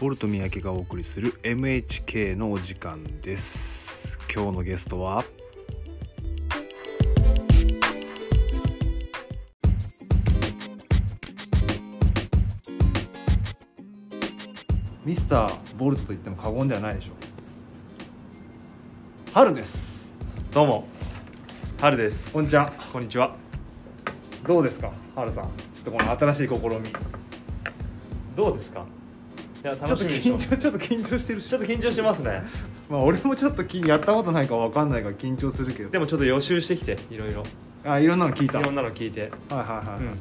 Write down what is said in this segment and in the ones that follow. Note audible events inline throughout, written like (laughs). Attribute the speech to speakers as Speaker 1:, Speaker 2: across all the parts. Speaker 1: ボルト三宅がお送りする MHK のお時間です今日のゲストはミスターボルトと言っても過言ではないでしょう春です
Speaker 2: どうも、はるです。
Speaker 1: こんにちは
Speaker 2: こんにちは。
Speaker 1: どうですか春さんちょっとこの新しい試み
Speaker 2: どうですか。いや、
Speaker 1: ちょ
Speaker 2: 楽
Speaker 1: っと
Speaker 2: しみでしょ
Speaker 1: 緊張ちょっと緊張してるし
Speaker 2: ちょっと緊張してますね。
Speaker 1: まあ俺もちょっときやったことないからわかんないから緊張するけど
Speaker 2: でも、ちょっと予習してきて、いろいろ。
Speaker 1: あいろんなの聞い
Speaker 2: い
Speaker 1: た
Speaker 2: ろんなの聞いて。
Speaker 1: はいはいはい、
Speaker 2: うん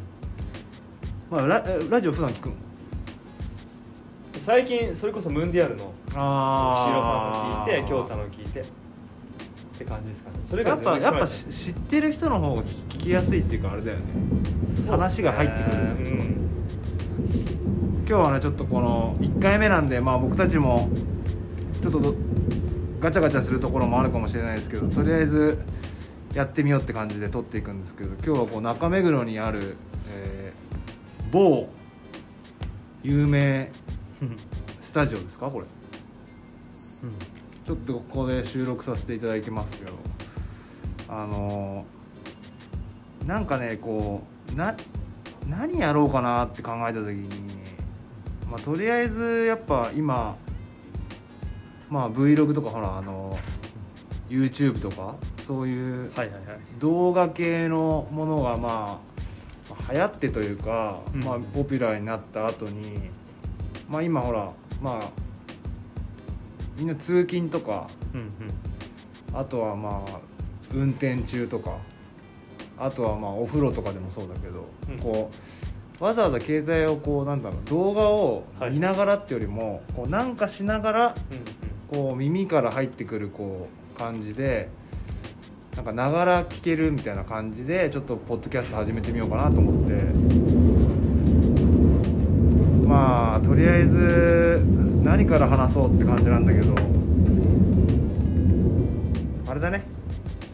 Speaker 1: まあ、ララジオ普段聞くの
Speaker 2: 最近、それこそムンディアルの。
Speaker 1: あ
Speaker 2: シロさんの聞いて、京
Speaker 1: 日
Speaker 2: 太の聞いて。って感じですかね。それが
Speaker 1: やっぱ
Speaker 2: 全
Speaker 1: やっ
Speaker 2: 然違う
Speaker 1: ぱし知ってる人の方が聞き聞きやすいっていうかあれだよね話が入ってくる
Speaker 2: そうですねうん
Speaker 1: 今日はねちょっとこの1回目なんでまあ僕たちもちょっとどガチャガチャするところもあるかもしれないですけどとりあえずやってみようって感じで撮っていくんですけど今日はこう中目黒にある、えー某有名スタジオですかこれちょっとここで収録させていただきますけどあのーなんかねこうな何やろうかなって考えた時に、まあ、とりあえずやっぱ今、まあ、Vlog とかほらあの YouTube とかそういう
Speaker 2: はいはいはい。
Speaker 1: 動画系のものがまあ流行ってというか、
Speaker 2: うん
Speaker 1: まあ、ポピュラーになった後にまあ今ほらまあみんな通勤とか
Speaker 2: うんうん。
Speaker 1: あとはまあ運転中とかあとはまあお風呂とかでもそうだけど、
Speaker 2: うん
Speaker 1: こうわざわざ携帯をこうなんだろう動画を
Speaker 2: はい
Speaker 1: 見ながらってよりも、こうなんかしながら
Speaker 2: うんうん。
Speaker 1: こう耳から入ってくるこう感じでなんかながら聴けるみたいな感じでちょっとポッドキャスト始めてみようかなと思ってまあとりあえず何から話そうって感じなんだけどあれだね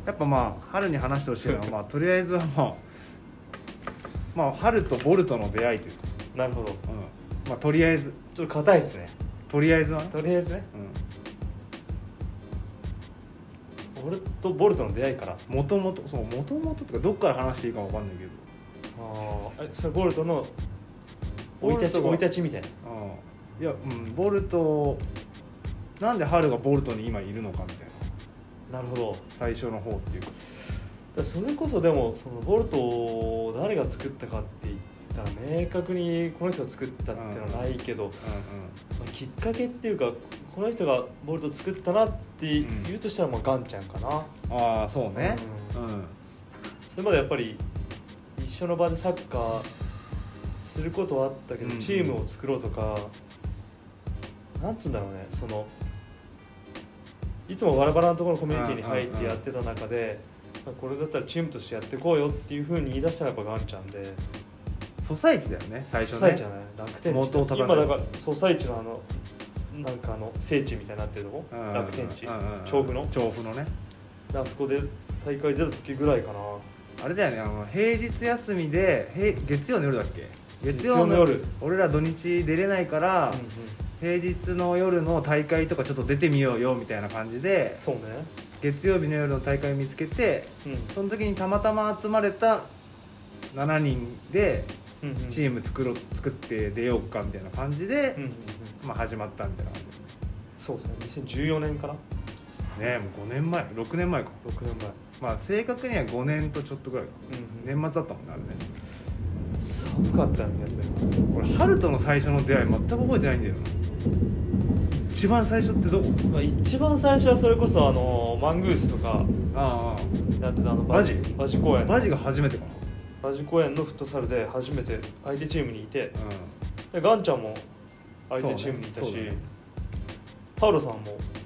Speaker 1: やっぱまあ春に話してほしいのはまあとりあえずはまあまあ春とボルトの出会いというか、
Speaker 2: なるほど。
Speaker 1: うん、まあとりあえず
Speaker 2: ちょっと硬いですね。
Speaker 1: とりあえずはね、
Speaker 2: とりあえずね。
Speaker 1: うん
Speaker 2: 俺とボルトの出会いから。あ
Speaker 1: もともとそうもともととかどっから話していいかわかんないけど
Speaker 2: あ、えそれボルトの。生い立ち、
Speaker 1: ボ
Speaker 2: 生
Speaker 1: ルト
Speaker 2: い立
Speaker 1: が
Speaker 2: ちみたいな。
Speaker 1: うんいやうんボルトなんで春がボルトに今いるのかみたいな
Speaker 2: なるほど。
Speaker 1: 最初の方っていうか
Speaker 2: だからそれこそでもそのボルトを誰が作ったかって言ったら明確にこの人が作ったっていうのはないけど、
Speaker 1: う
Speaker 2: まあきっかけっていうかこの人がボルトを作ったなって言うとしたらまあガンちゃんかな、
Speaker 1: んうんああそうね
Speaker 2: う
Speaker 1: うんうん
Speaker 2: それまでやっぱり一緒の場でサッカーすることはあったけど、
Speaker 1: うん
Speaker 2: チームを作ろうとかなんつうんだろうねそのいつもバラバラのところのコミュニティに入ってやってた中で、まあこれだったらチームとしてやっていこうよっていうふうに言い出したのがやっぱガンちゃんで
Speaker 1: ソサイチだよね最初
Speaker 2: ソ
Speaker 1: ね
Speaker 2: サイチじゃない楽天
Speaker 1: 元を
Speaker 2: 地
Speaker 1: 正せ
Speaker 2: 今だからソサイチのあのなんかあの聖地みたいになってるとこ
Speaker 1: うんうんうん
Speaker 2: 楽天地
Speaker 1: うんうんうん
Speaker 2: 調布の
Speaker 1: 調布のね
Speaker 2: であそこで大会出た時ぐらいかな
Speaker 1: あれだよねあの平日休みでへい月曜の夜だっけ月曜の
Speaker 2: 月曜の夜
Speaker 1: 夜俺ら土日出れないから、
Speaker 2: うん
Speaker 1: 平日の夜の大会とかちょっと出てみようよみたいな感じで
Speaker 2: うんそうね
Speaker 1: 月曜日の夜の大会見つけて
Speaker 2: うん
Speaker 1: その時にたまたま集まれた7人で
Speaker 2: うんうん
Speaker 1: チーム作ろ作って出ようかみたいな感じで、
Speaker 2: うんうんうん
Speaker 1: まあ、始まったみたいな感
Speaker 2: そうですね2014年かな
Speaker 1: じねえもう5年前6年前か
Speaker 2: 6年前
Speaker 1: まあ正確には5年とちょっとぐらいか
Speaker 2: うん
Speaker 1: 年末だったもんねあれね
Speaker 2: 寒かったよねそれ
Speaker 1: 俺春との最初の出会い全く覚えてないんだよな一番最初ってどこ
Speaker 2: まあ一番最初はそれこそあのマングースとか
Speaker 1: あ
Speaker 2: やってたあの
Speaker 1: バジ
Speaker 2: バジ公
Speaker 1: あ
Speaker 2: 園
Speaker 1: バジが初めてかな
Speaker 2: バジ公園のフットサルで初めて相手チームにいて
Speaker 1: う
Speaker 2: でガンちゃんも相手チームにいた
Speaker 1: そう
Speaker 2: し、
Speaker 1: ねそうだね
Speaker 2: パウロさんも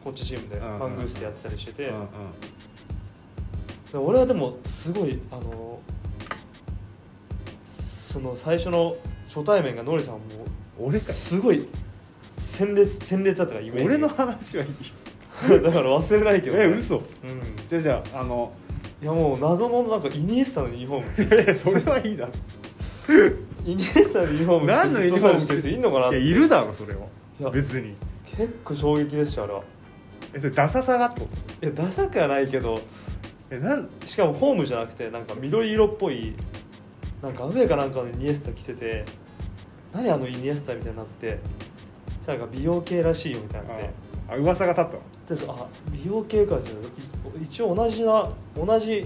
Speaker 2: こっちチームで
Speaker 1: うんうんうん
Speaker 2: マングースでやってたりしてて、
Speaker 1: んうんうん
Speaker 2: で俺はでもすごいあのその最初の初対面がノリさんも
Speaker 1: 俺かい
Speaker 2: すごい鮮烈鮮 (laughs) 烈だったからイメージ
Speaker 1: 俺の話はいい
Speaker 2: だから忘れないけど、
Speaker 1: え嘘
Speaker 2: うん
Speaker 1: じゃあじゃああの
Speaker 2: いやもう謎のなんかイニエスタのユニフォー
Speaker 1: (laughs)
Speaker 2: ム
Speaker 1: いやいやそれはいいだろ
Speaker 2: イニエスタのユニフォーム
Speaker 1: 何のユニフォーム
Speaker 2: フットサルしてる人いんのかなっ
Speaker 1: い
Speaker 2: て
Speaker 1: やいるだろそれは
Speaker 2: いや
Speaker 1: 別に
Speaker 2: 結構衝撃でしたよあれは
Speaker 1: えそれダサさがってこと
Speaker 2: いやダサくはないけど
Speaker 1: えなん
Speaker 2: しかもホームじゃなくてなんか緑色っぽいなんかアウェーかなんかのイニエスタ着てて何あのイニエスタみたいになってじゃなんか美容系らしいよみたいになって
Speaker 1: ああ噂が立ったの
Speaker 2: であ美容系かって一応同じな同じ
Speaker 1: うん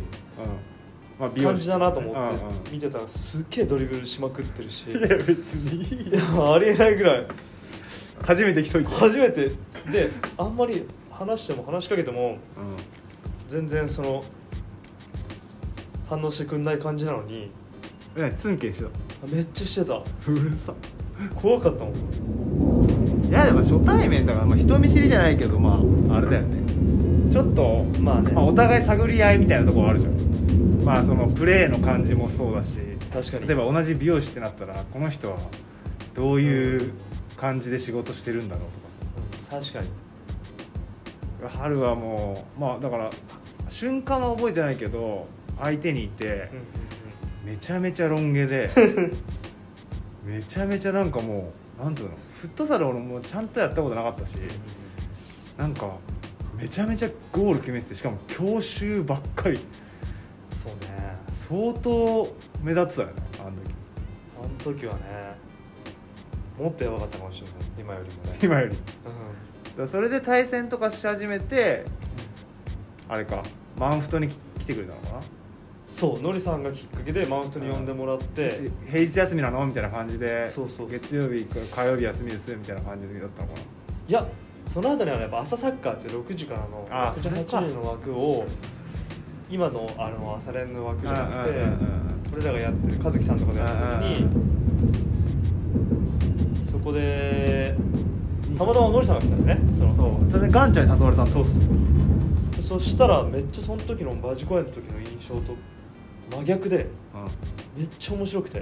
Speaker 1: まあ
Speaker 2: 感じだなと思
Speaker 1: うん
Speaker 2: って見てたらすっげえドリブルしまくってるし
Speaker 1: うん、いや別にいい
Speaker 2: いやありえないぐらい
Speaker 1: 初めて来といて、
Speaker 2: 初めてであんまり話しても話しかけて
Speaker 1: う
Speaker 2: も
Speaker 1: ん、
Speaker 2: 全然その反応してくんない感じなのに
Speaker 1: えツンケンしてた
Speaker 2: めっちゃしてた
Speaker 1: うるさ
Speaker 2: 怖かったもん
Speaker 1: いやでも初対面だから、まあ、人見知りじゃないけどまああれだよねちょっと、
Speaker 2: まあね
Speaker 1: まあ、お互い探り合いみたいなところあるじゃんまあそのプレーの感じもそうだし
Speaker 2: 確かに
Speaker 1: 例えば同じ美容師ってなったらこの人はどういう感じで仕事してるんだろうとかさ
Speaker 2: 確かに
Speaker 1: 春はもうまあだから瞬間は覚えてないけど相手にいてめちゃめちゃロン毛
Speaker 2: (laughs)
Speaker 1: でめちゃめちゃなんかもうなんていうのフットサル俺もちゃんとやったことなかったしなんかめちゃめちゃゴール決めててしかも強襲ばっかり
Speaker 2: そうね
Speaker 1: 相当目立つたよねあの時
Speaker 2: あの時はねもっとやばかったかもしれない今よりもね
Speaker 1: 今よりだ
Speaker 2: うん
Speaker 1: からそれで対戦とかし始めてあれかマンフトにき来てくれたのかな
Speaker 2: そうノリさんがきっかけでマウントに呼んでもらって
Speaker 1: 平日休みなのみたいな感じで
Speaker 2: そうそう
Speaker 1: 月曜日から火曜日休みですみたいな感じだったのか
Speaker 2: いやその後にはやっぱ朝サッカーって6時からの
Speaker 1: あ
Speaker 2: 6時
Speaker 1: それか
Speaker 2: 8時の枠を今のあの朝練の枠じゃ
Speaker 1: な
Speaker 2: なくて
Speaker 1: うんうんうん
Speaker 2: 俺らがやってる和樹さんとかでやった時にそこでたまたまノリさんが来たんですねその
Speaker 1: うんそれでガンちゃんに誘われたんだ
Speaker 2: そうっすそしたらめっちゃその時のバージ公演の時の印象と真逆でめっちゃ面白くて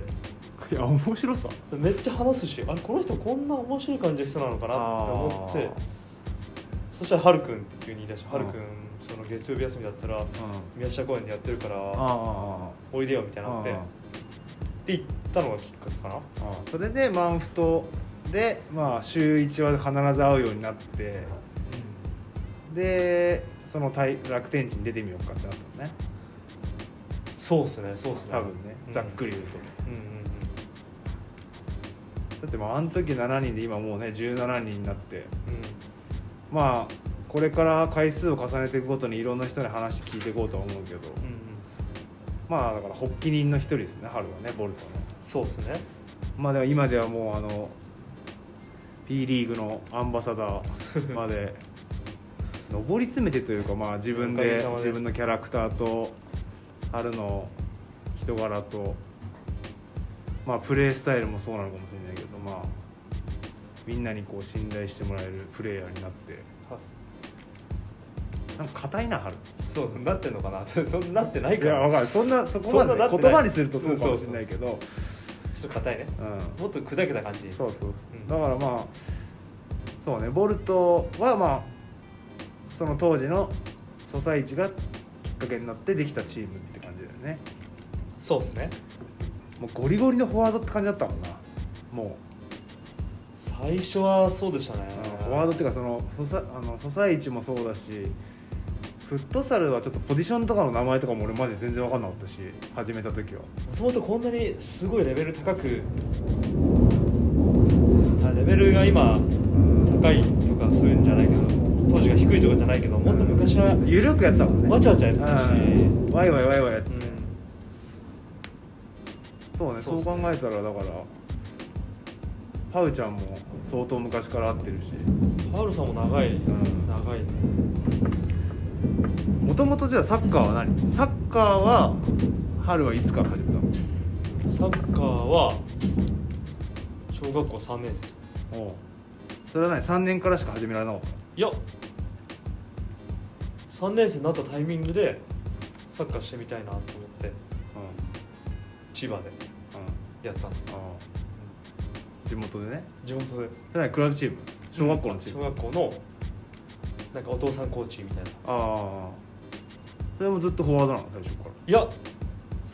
Speaker 1: うんいや面白さ
Speaker 2: めっちゃ話すしあれこの人こんな面白い感じの人なのかなって思ってそしたらハルくんって急に言い出してハルくんその月曜日休みだったら
Speaker 1: あーうん
Speaker 2: 宮下公園でやってるから
Speaker 1: あ
Speaker 2: おいでよみたい
Speaker 1: ー
Speaker 2: になって
Speaker 1: あー
Speaker 2: って言ったのがきっかけかな
Speaker 1: あーそれでマンフトでまあ週1は必ず会うようになってでその対楽天地に出てみようかってなったのね
Speaker 2: そうっすねそうっすね
Speaker 1: 多分ね、ざっくり言うと
Speaker 2: うんうん
Speaker 1: だってまああの時7人で今もうね17人になって
Speaker 2: うんうん
Speaker 1: まあこれから回数を重ねていくごとにいろんな人に話聞いていこうとは思うけど、
Speaker 2: うんうん
Speaker 1: まあだから発起人の一人ですね春はねボルトの
Speaker 2: そうっすね
Speaker 1: まあでも今ではもうあの P リーグのアンバサダ (laughs) ーまで上り詰めてというかまあ自分
Speaker 2: おかげ
Speaker 1: で
Speaker 2: さまで
Speaker 1: 自分のキャラクターと春の人柄とまあプレースタイルもそうなのかもしれないけどまあみんなにこう信頼してもらえるプレイヤーになって
Speaker 2: は
Speaker 1: なんか硬いな春
Speaker 2: そうなってんのかな (laughs) そんなってない
Speaker 1: い
Speaker 2: か
Speaker 1: や
Speaker 2: ら
Speaker 1: わかるそんなそこま
Speaker 2: そんなな
Speaker 1: で
Speaker 2: ってな
Speaker 1: 言
Speaker 2: い
Speaker 1: 葉にするとそうかもしれないけど
Speaker 2: ちょっと硬いね
Speaker 1: うん
Speaker 2: もっと砕けた感じ
Speaker 1: そうそう
Speaker 2: うん
Speaker 1: だからまあそうねボルトはまあその当時のソサイチがきっかけになってできたチームって感じだよね
Speaker 2: そうっすね
Speaker 1: もうゴリゴリのフォワードって感じだったもんなも
Speaker 2: 最初はそうでしたね
Speaker 1: う、うんフォワードっていうかそのソサあのソサイチもそうだしフットサルはちょっとポジションとかの名前とかも俺マジ全然分かんなかったし始めた時は
Speaker 2: もともとこんなにすごいレベル高くあレベルが今
Speaker 1: うん
Speaker 2: 高いとかそういうんじゃないけど当時が低いとかじゃないけどもっと昔は
Speaker 1: 緩くやってたもんね
Speaker 2: わちゃわちゃやってたし
Speaker 1: うんワイワイワイワイやってた
Speaker 2: うん
Speaker 1: そうね
Speaker 2: そ
Speaker 1: そうう
Speaker 2: っすね
Speaker 1: 考えたらだからパウちゃんも相当昔から会ってるし
Speaker 2: パウルさんも長い、
Speaker 1: ん
Speaker 2: 長いね
Speaker 1: もともとじゃあサッカーは何サッカーは春はいつから始め
Speaker 2: サッカーは小学校3年生
Speaker 1: たのおうそれは何3年からしか始められなかった
Speaker 2: いや3年生になったタイミングでサッカーしてみたいなと思って
Speaker 1: うんうん
Speaker 2: 千葉でやったんですよ
Speaker 1: ああ地元でね
Speaker 2: 地元で
Speaker 1: それは何クラブチーム小学校のチー
Speaker 2: 小
Speaker 1: ム、あ
Speaker 2: 学校のなんかお父さんコーチみたいな
Speaker 1: あそれもずっとフォワードなの最初
Speaker 2: (laughs)
Speaker 1: から
Speaker 2: いや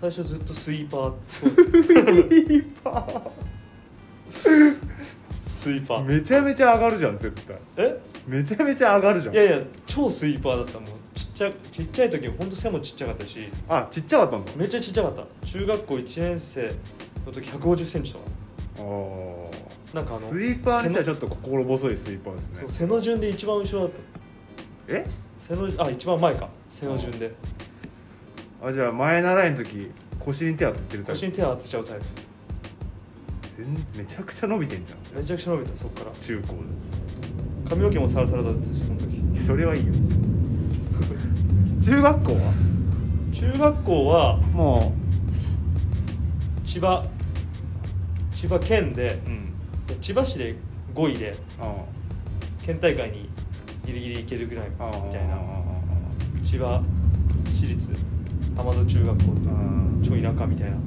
Speaker 2: 最初ず
Speaker 1: (laughs)
Speaker 2: っとスイーパー
Speaker 1: スイーパー
Speaker 2: スイーパー
Speaker 1: めちゃめちゃ上がるじゃん絶対
Speaker 2: え
Speaker 1: めちゃめちゃ上がるじゃん
Speaker 2: いやいや超スイーパーだったもんちっちゃちっちゃい時ほんと背もちっちゃかったし
Speaker 1: あちっちゃかったんだ
Speaker 2: めっちゃちっちゃかった中学校1年生の時1 5 0ンチとか
Speaker 1: あー
Speaker 2: なんかあの
Speaker 1: スイーパーにしてはちょっと心細いスイーパーですね
Speaker 2: そう背の順で一番後ろだった
Speaker 1: え
Speaker 2: 背のあ一番前か背の順で
Speaker 1: あじゃあ前習いの時腰に手当ててるタイ
Speaker 2: 腰に
Speaker 1: プ
Speaker 2: 手を当てちゃうタイプ
Speaker 1: 全めちゃくちゃ伸びてんじゃん
Speaker 2: めちゃくちゃ伸びたそっから
Speaker 1: 中高
Speaker 2: 髪の毛もサラサラだったしその時
Speaker 1: でそれはい
Speaker 2: (laughs)
Speaker 1: いよ中学校は
Speaker 2: 中学校は
Speaker 1: も
Speaker 2: 千葉千葉県で
Speaker 1: ううん
Speaker 2: 千葉市で5位で
Speaker 1: あ
Speaker 2: 県大会にギリギリ行けるぐらいみ
Speaker 1: あああ
Speaker 2: たいな千葉市立浜田中学校
Speaker 1: ん
Speaker 2: 超田舎みたいな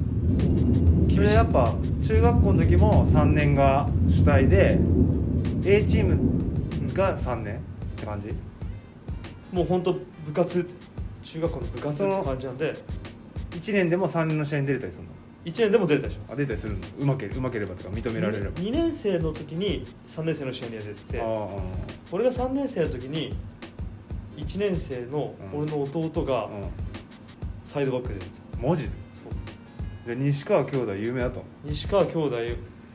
Speaker 1: それやっぱ中学校の時も3年が主体で A チームが3年って感じ
Speaker 2: もう本当部活って中学校の部活って感じなんで
Speaker 1: 1年でも3年の試合に出れたりするの
Speaker 2: 1年でも出れたりしま
Speaker 1: あ
Speaker 2: す
Speaker 1: 出たりするのうまけうまければとか認められれば
Speaker 2: 2年生の時に3年生の試合には出てて
Speaker 1: あ
Speaker 2: 俺が3年生の時に1年生の
Speaker 1: うん
Speaker 2: 俺の弟
Speaker 1: あ
Speaker 2: が
Speaker 1: うん
Speaker 2: サイドバックで出てた
Speaker 1: マジで
Speaker 2: そう
Speaker 1: じゃあ西川兄弟有名だったの
Speaker 2: 西川兄弟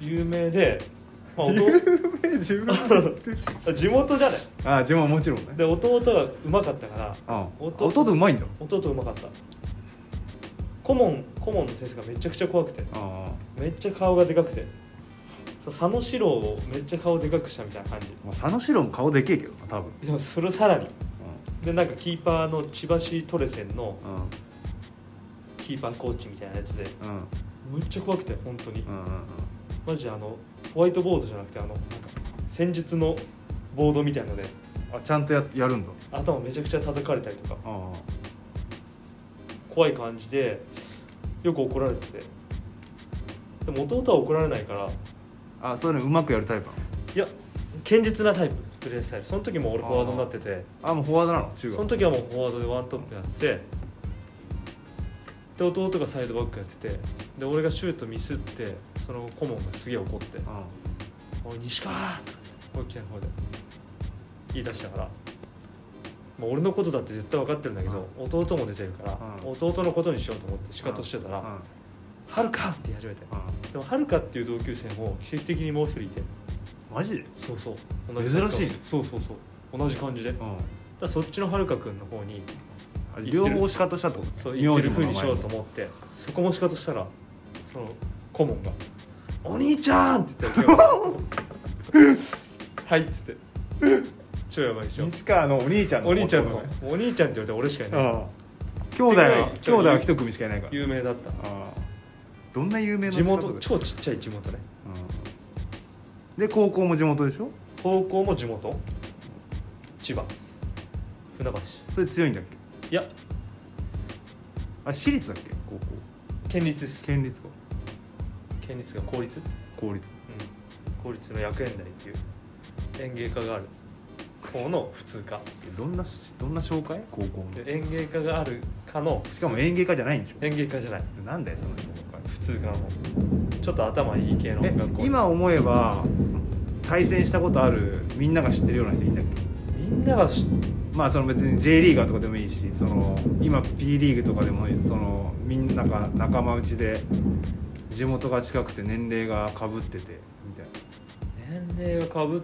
Speaker 2: 有名で、
Speaker 1: (laughs)
Speaker 2: まあ、弟 (laughs)
Speaker 1: 有名自分で言ってる
Speaker 2: 地元じゃない
Speaker 1: あ自分はもちろんね
Speaker 2: で弟がうまかったから
Speaker 1: あ
Speaker 2: 弟
Speaker 1: 弟うまいんだ
Speaker 2: 弟うまかった顧問顧問の先生がめちゃくちゃ怖くて
Speaker 1: ああ
Speaker 2: めっちゃ顔がでかくてそう佐野史郎をめっちゃ顔でかくしたみたいな感じ
Speaker 1: まあ佐野史郎も顔でけえけどな多分
Speaker 2: でもそれをさらにでなんかキーパーの千葉市トレセンの
Speaker 1: うんうん
Speaker 2: キーパーコーチみたいなやつで
Speaker 1: うん
Speaker 2: むっちゃ怖くて本当に
Speaker 1: うんうんうん
Speaker 2: マジであのホワイトボードじゃなくてあのなんか戦術のボードみたいので
Speaker 1: あちゃんとややるんだ
Speaker 2: 頭めちゃくちゃ叩かれたりとか
Speaker 1: あ
Speaker 2: 怖い感じでよく怒られててでも弟は怒られないから
Speaker 1: ああそういうのうまくやるタイプなの
Speaker 2: いや堅実なタイププレースタイルその時も俺フォワードになってて
Speaker 1: あもうフォワードなの中
Speaker 2: その
Speaker 1: 学
Speaker 2: 時はもうフォワードでワントップやっててで弟がサイドバックやっててで俺がシュートミスってその顧問がすげえ怒って
Speaker 1: あ
Speaker 2: 「おい西川!」って大きな声で言い出したから、まあ、俺のことだって絶対分かってるんだけど弟も出てるから
Speaker 1: うん
Speaker 2: 弟のことにしようと思ってシカトしてた
Speaker 1: うん
Speaker 2: ら「はるか!」って言い始めて
Speaker 1: うん
Speaker 2: でもはるかっていう同級生も奇跡的にもう一人いて
Speaker 1: マジで
Speaker 2: そうそう
Speaker 1: 珍しいね
Speaker 2: そうそうそう同じ感じでだか
Speaker 1: うん
Speaker 2: らそっちのはるか君の方に
Speaker 1: あ両方仕方したってこと
Speaker 2: そう言ってる
Speaker 1: 名字
Speaker 2: 風
Speaker 1: も名
Speaker 2: にし
Speaker 1: 前
Speaker 2: よ
Speaker 1: も
Speaker 2: うと思ってそこもしかとしたらその顧問が「お兄ちゃん!」って (laughs) 言ったら「はい」っつって超やばいでしょ
Speaker 1: 西川のお兄ちゃんの
Speaker 2: (laughs) お兄ちゃんの
Speaker 1: 弟
Speaker 2: お兄ちゃんって言われて俺しかいない
Speaker 1: ああ兄弟は兄弟は一組しかいないから
Speaker 2: 有名だった
Speaker 1: ああどんな有名な
Speaker 2: 地元
Speaker 1: 近くで
Speaker 2: 超ちっちゃい地元ね
Speaker 1: うんで高校も地元でしょ
Speaker 2: 高校も地元千葉船橋
Speaker 1: それ強いんだっけ
Speaker 2: いや
Speaker 1: あ私立だっけ高校
Speaker 2: 県立です
Speaker 1: 県立か
Speaker 2: 県立が公立うん
Speaker 1: 公立
Speaker 2: 公立の薬園台っていう園芸科がある方の普通科
Speaker 1: えどんなどんな紹介高校の
Speaker 2: で園芸科がある科の
Speaker 1: しかも園芸家じゃないんでしょ
Speaker 2: 園芸科じゃない
Speaker 1: なんだよその紹介
Speaker 2: 普通科のちょっと頭いい系の
Speaker 1: え
Speaker 2: 学校
Speaker 1: 今思えば対戦したことあるみんなが知ってるような人いんだっけ
Speaker 2: みんなが知っ
Speaker 1: まあその別に J リーガーとかでもいいしその今 P リーグとかでもいいそのみんなが仲間内で地元が近くて年齢がかぶっててみたい
Speaker 2: 年齢がかぶっ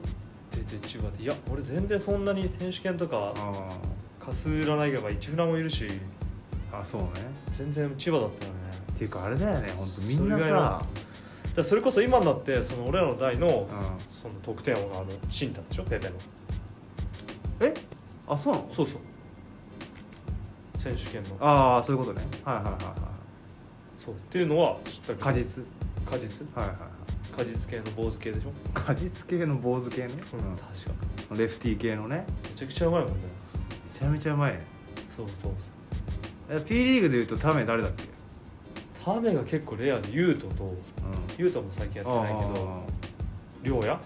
Speaker 2: てて千葉でいや俺全然そんなに選手権とか
Speaker 1: なあ
Speaker 2: かすらないがば一船もいるし
Speaker 1: ーあそうね
Speaker 2: 全然千葉だったよね
Speaker 1: っていうかあれだよね本当みんな
Speaker 2: それぐらい
Speaker 1: さ、
Speaker 2: だからそれこそ今になってその俺らの代
Speaker 1: う
Speaker 2: の
Speaker 1: ん、
Speaker 2: その得点王があの新太でしょペペの
Speaker 1: えあそうなの
Speaker 2: そうそう選手権の
Speaker 1: ああそういうことねはいはいはいはい
Speaker 2: そうっていうのは知ったけど
Speaker 1: 果実
Speaker 2: 果実
Speaker 1: はいはいはい
Speaker 2: 果実系の坊主系でしょ、
Speaker 1: 果実系の坊主系ね、
Speaker 2: うん、確か
Speaker 1: うん、レフティー系のね
Speaker 2: めちゃくちゃうまいもんね
Speaker 1: めちゃめちゃうまいね
Speaker 2: そうそうそう
Speaker 1: え P リーグでいうとタメ誰だっけ
Speaker 2: タメが結構レアでユウトとユウトも最近やって
Speaker 1: うん
Speaker 2: ないけどリョウヤ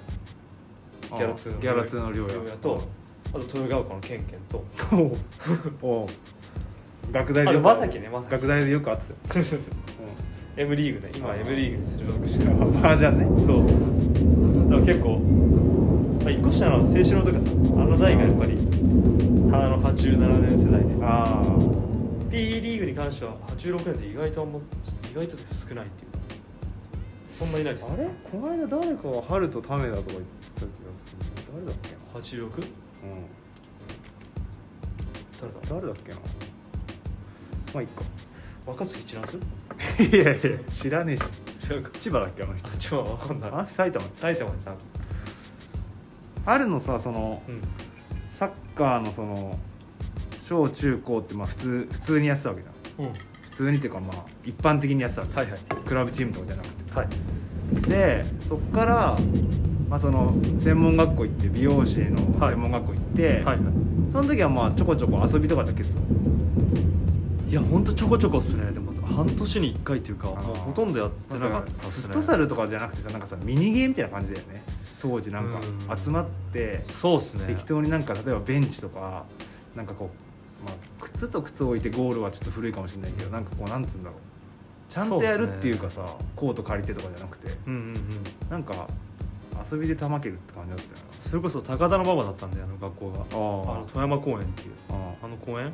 Speaker 1: あー
Speaker 2: ギャラツーの
Speaker 1: ギャラツーの
Speaker 2: リ
Speaker 1: 両
Speaker 2: ョウ
Speaker 1: や
Speaker 2: ヤとあと豊川丘のケンケンと
Speaker 1: おうおう学大でよく
Speaker 2: あでも正樹ね正樹
Speaker 1: 学大でよく会ってた (laughs) よ
Speaker 2: M リーグね今
Speaker 1: あー
Speaker 2: M リーグに出場して
Speaker 1: うん、麻雀ね
Speaker 2: そうから結構、まあ、一個下の清志郎とかさあの代がやっぱり花の87年世代で
Speaker 1: あ
Speaker 2: P リーグに関しては86年って意外とあんま意外と少ないっていうかそんないないですよ
Speaker 1: あれこの間誰かは春とタメだとか言ってた気がする誰だっけ
Speaker 2: 86?
Speaker 1: な、うん、
Speaker 2: 誰だ
Speaker 1: 誰だっけなまあいっか
Speaker 2: 若槻千夏
Speaker 1: (laughs)
Speaker 2: (laughs)
Speaker 1: いやいや知らねえし
Speaker 2: 違うか
Speaker 1: 千葉だっけあの人
Speaker 2: あっちは分かんない
Speaker 1: あ埼玉
Speaker 2: 埼玉にさ
Speaker 1: 春のさその
Speaker 2: うん
Speaker 1: サッカーのその小中高ってまあ普通普通にやってたわけじゃん
Speaker 2: うん
Speaker 1: 普通にっていうかまあ一般的にやってたわけ、
Speaker 2: はいはい
Speaker 1: クラブチームとかじゃなくて
Speaker 2: はい
Speaker 1: でそっから、まあ、その専門学校行って美容師の専門学校行って、
Speaker 2: はいは
Speaker 1: その時はまあちょこちょこ遊びとかだけですよ
Speaker 2: いいやほんとちょこちょこっすねでも半年に1回っていうか
Speaker 1: あー
Speaker 2: もうほとんどやってなかったっす
Speaker 1: フ
Speaker 2: ね
Speaker 1: ットサルとかじゃなくてさなんかさミニゲーみたいな感じだよね当時なんか
Speaker 2: うん
Speaker 1: 集まって
Speaker 2: そうっすね
Speaker 1: 適当になんか例えばベンチとかなんかこう、まあ、靴と靴を置いてゴールはちょっと古いかもしれないけどなんかこうなんつうんだろうちゃんとやるっていうかさコート借りてとかじゃなくて
Speaker 2: うんうんうん
Speaker 1: なんか遊びで玉けるって感じだったよ
Speaker 2: それこそ高田馬場だったんだよあの学校が
Speaker 1: な
Speaker 2: あ
Speaker 1: あ
Speaker 2: の富山公園っていう
Speaker 1: あ
Speaker 2: あの公園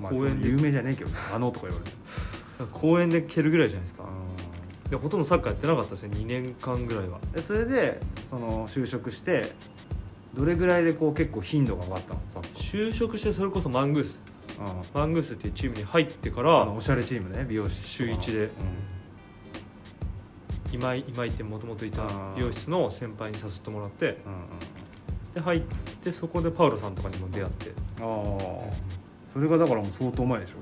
Speaker 1: まあ、
Speaker 2: 公園で
Speaker 1: 有名じゃねえけどあのとか言われて
Speaker 2: 公園で蹴るぐらいじゃないですか
Speaker 1: あ
Speaker 2: でほとんどサッカーやってなかったですね2年間ぐらいは
Speaker 1: ーでそれでその就職してどれぐらいでこう結構頻度が上がったのさ
Speaker 2: 就職してそれこそマングース
Speaker 1: あ
Speaker 2: マングースっていうチームに入ってか
Speaker 1: あ
Speaker 2: ら
Speaker 1: のおしゃれチームね美容師
Speaker 2: 週一で今井今井ってもともといた
Speaker 1: あー
Speaker 2: 美容室の先輩に誘ってもらって
Speaker 1: うん、うん
Speaker 2: で入ってそこでパウロさんとかにも出会って
Speaker 1: うんああそれがだからもう相当前でしょ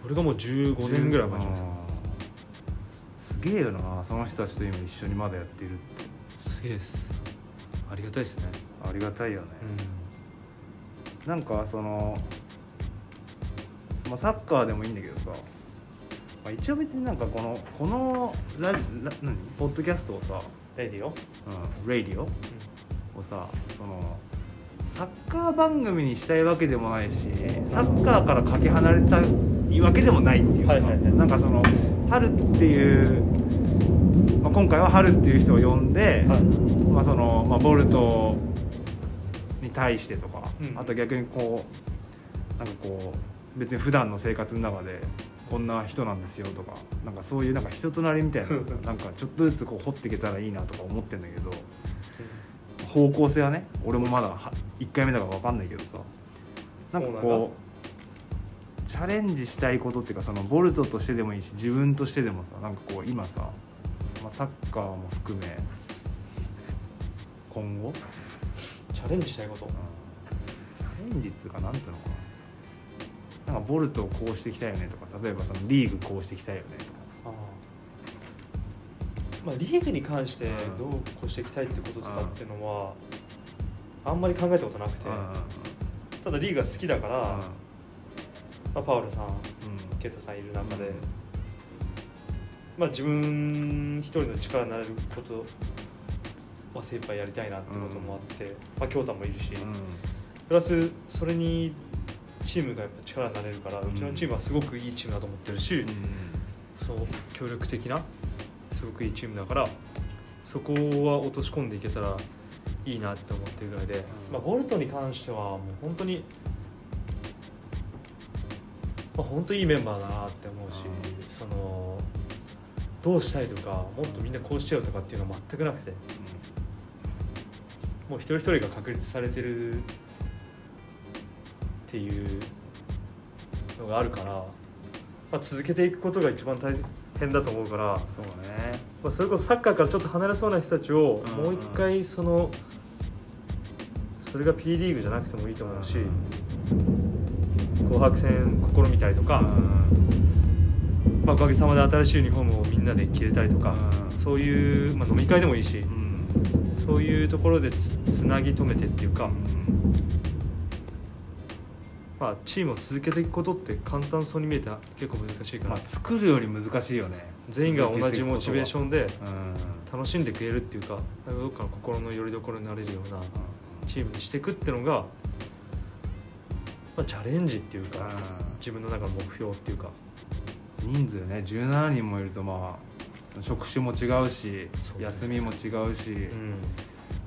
Speaker 2: それがもう15年ぐらい前じゃないです
Speaker 1: あーすげえよなその人たちと今一緒にまだやっているって
Speaker 2: かすげえですありがたいですね
Speaker 1: ありがたいよね、なんかその、まあ、サッカーでもいいんだけどさ、まあ、一応別になんかこのこのラジラ何ポッドキャストをさ
Speaker 2: レディオ
Speaker 1: 「うん、レイディオ」をさそのサッカー番組にしたいわけでもないしサッカーからかけ離れたいわけでもないっていうか、
Speaker 2: はいはいはい
Speaker 1: なんかその春っていう、まあ、今回は春っていう人を呼んで、
Speaker 2: はい
Speaker 1: まあそのまあ、ボルトに対してとか、
Speaker 2: うん
Speaker 1: あと逆にこうなんかこう別に普段の生活の中でこんな人なんですよとかなんかそういうなんか人となりみ
Speaker 2: (laughs)
Speaker 1: たいななんかちょっとずつこう掘っていけたらいいなとか思ってんだけど方向性はね俺もまだは1回目だから分かんないけどさなんか
Speaker 2: そうなんだ
Speaker 1: こうチャレンジしたいことっていうかそのボルトとしてでもいいし自分としてでもさなんかこう今さ、まあ、サッカーも含め今後
Speaker 2: チャレンジしたいこと
Speaker 1: チャレンジっつうかなんていうのかななんかボルトをこうしていきたいよねとか例えばそのリーグこうしていきたいよねとか
Speaker 2: ああまあリーグに関して
Speaker 1: うん
Speaker 2: どうこうしていきたいってこととかっていうのはあんまり考えたことなくてただリーグが好きだから、まあ、パウロさん
Speaker 1: うん
Speaker 2: ケイトさんいる中
Speaker 1: う
Speaker 2: で
Speaker 1: ん、
Speaker 2: まあ、自分一人の力になれることは精一杯やりたいなってこともあって、まあ、京太もいるし、プラスそれにチームがやっぱ力になれるから、う
Speaker 1: うん
Speaker 2: ちのチームはすごくいいチームだと思ってるし、そう協力的なすごくいいチームだからそこは落とし込んでいけたらいいなって思ってるぐらいで、
Speaker 1: うん
Speaker 2: まあ、ボルトに関してはもう本当に、まあ、本当にいいメンバーだなって思うし、
Speaker 1: うん
Speaker 2: そのどうしたいとかもっとみんなこうしちゃうとかっていうのは全くなくてもう一人一人が確立されてるっていうのがあるから、まあ、続けていくことが一番大変だと思うから。
Speaker 1: そうね
Speaker 2: まあ、それこそサッカーからちょっと離れそうな人たちを
Speaker 1: うん
Speaker 2: もう一回そのそれが P リーグじゃなくてもいいと思うし紅白戦試みたりと
Speaker 1: う
Speaker 2: か、
Speaker 1: ん
Speaker 2: まあ、おかげさまで新しいユニフォームをみんなで着れたりとか
Speaker 1: うん
Speaker 2: そういう、まあ、飲み会でもいいし
Speaker 1: うん
Speaker 2: そういうところでつつなぎ止めてっていうか、まあ、チームを続けていくことって簡単そうに見えて結構難しいか
Speaker 1: ま
Speaker 2: ら
Speaker 1: あ作るより難しいよね
Speaker 2: 全員が同じモチベーショ
Speaker 1: ン
Speaker 2: ンで
Speaker 1: うん
Speaker 2: 楽しんでくれるっていうかどっかの心の拠り所になれるような。チームにしていくってのが、まあ、チャレンジっていうか
Speaker 1: うん
Speaker 2: 自分の中の目標っていうか
Speaker 1: 人数ね17人もいるとま職種も違うし
Speaker 2: そうね
Speaker 1: 休みも違うし、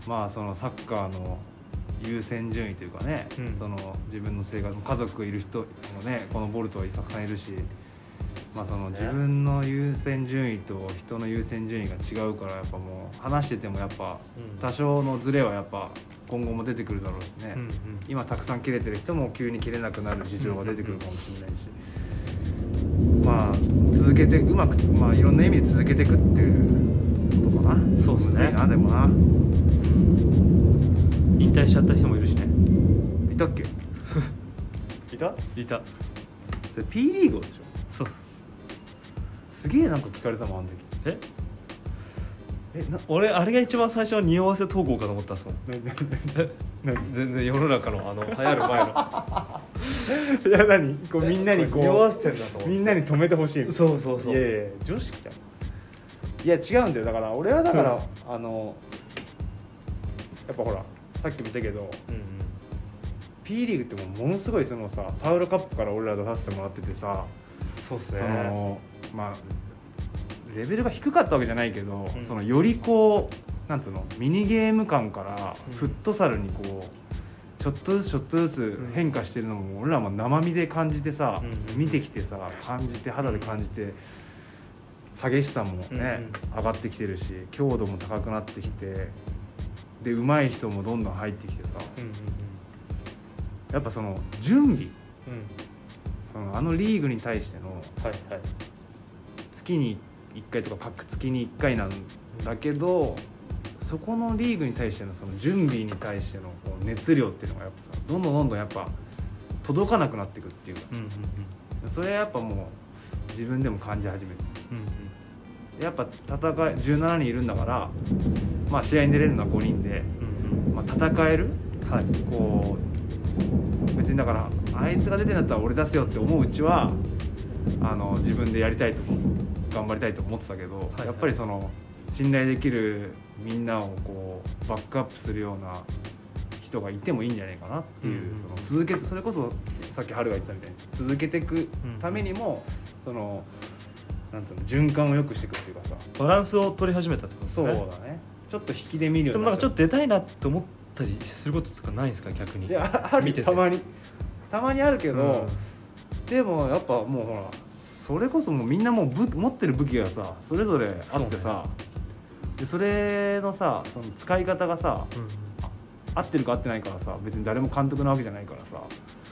Speaker 1: まあそのサッカーの優先順位というかね、
Speaker 2: うん
Speaker 1: その自分の生活家族いる人もねこのボルトはたくさんいるし、まあ、その
Speaker 2: そうです
Speaker 1: 自
Speaker 2: ね
Speaker 1: 分の優先順位と人の優先順位が違うからやっぱもう話しててもやっぱ
Speaker 2: うん
Speaker 1: 多少のズレはやっぱ今後も出てくるだろうしね、
Speaker 2: うんうん
Speaker 1: 今たくさん切れてる人も急に切れなくなる事情が出てくるかもしれないし、まあ続けてうまく、まあ、いろんな意味で続けていくっていうことかな
Speaker 2: そうですね
Speaker 1: むずいなでもな
Speaker 3: 引退しちゃった人もいるしね
Speaker 1: いたっけ
Speaker 2: いた
Speaker 3: いた
Speaker 1: それ P リーグでしょ
Speaker 3: そう
Speaker 1: すげえなんか聞かれたもんあの時
Speaker 3: え
Speaker 1: えな
Speaker 3: 俺あれが一番最初の匂わせ投稿かと思ったんですもん
Speaker 1: なな
Speaker 3: 全然世の中のあの流行る前の
Speaker 1: (laughs) いや何こうみんなにこう
Speaker 2: 匂わせてんだと思って
Speaker 1: みんなに止めてほしいみたい
Speaker 3: そうそうそ
Speaker 1: い
Speaker 3: う
Speaker 1: やいやいや女子来たいや違うんだよだから俺はだから、あのやっぱほらさっきも言ったけど
Speaker 2: うんうん
Speaker 1: P リーグってもうものすごいそのさパウロカップから俺ら出させてもらっててさ、
Speaker 2: そうっす
Speaker 1: そ
Speaker 2: ね
Speaker 1: のまあレベルが低かったわけじゃないけど、
Speaker 2: うん
Speaker 1: そのよりこうなんつうのミニゲーム感から
Speaker 2: うん
Speaker 1: フットサルにこうちょっとずつちょっとずつ
Speaker 2: うん
Speaker 1: 変化してるのも俺らも生身で感じてさ、
Speaker 2: うん
Speaker 1: 見てきてさ感じて肌で感じて激しさもね、上がってきてるし強度も高くなってきてで上手い人もどんどん入ってきてさ
Speaker 2: うんうん
Speaker 1: やっぱその準備
Speaker 2: うんうん
Speaker 1: そのあのリーグに対しての
Speaker 2: はいはい
Speaker 1: 月に1回とか各月に1回なんだけどそこのリーグに対してのその準備に対してのこう熱量っていうのがやっぱさどんどんどんどんやっぱ届かなくなっていくっていうか
Speaker 2: うんうんうん
Speaker 1: それはやっぱもう自分でも感じ始めて
Speaker 2: うん
Speaker 1: やっぱ戦い17人いるんだから、まあ、試合に出れるのは5人で、
Speaker 2: うん
Speaker 1: まあ、戦える
Speaker 2: うんはい
Speaker 1: こう別にだからあいつが出てんだったら俺出せよって思ううちはあの自分でやりたいと頑張りたいと思ってたけど、
Speaker 2: はい
Speaker 1: やっぱりその信頼できるみんなをこうバックアップするような人がいてもいいんじゃないかなっていう、
Speaker 2: うんうん
Speaker 1: その続けそれこそさっき春が言ってたみたいに続けていくためにも、そのなんつうの循環を良くしていくっていうかさ
Speaker 3: バランスを取り始めたってことです
Speaker 1: そう
Speaker 3: ね
Speaker 1: だねちょっと引きで見るよ
Speaker 3: で
Speaker 1: う
Speaker 3: も
Speaker 1: に
Speaker 3: なん
Speaker 1: な
Speaker 3: か
Speaker 1: っ
Speaker 3: ちょっと出たいなって思ったりすることとかないんですか逆に
Speaker 1: いやある
Speaker 3: 見てて
Speaker 1: たまにたまにあるけ
Speaker 3: け
Speaker 1: ど、でもやっぱもうほらそれこそもうみんなもう武持ってる武器がさそれぞれあってさでそれのさその使い方がさ
Speaker 3: うんうん
Speaker 1: 合ってるか合ってないからさ別に誰も監督なわけじゃないからさ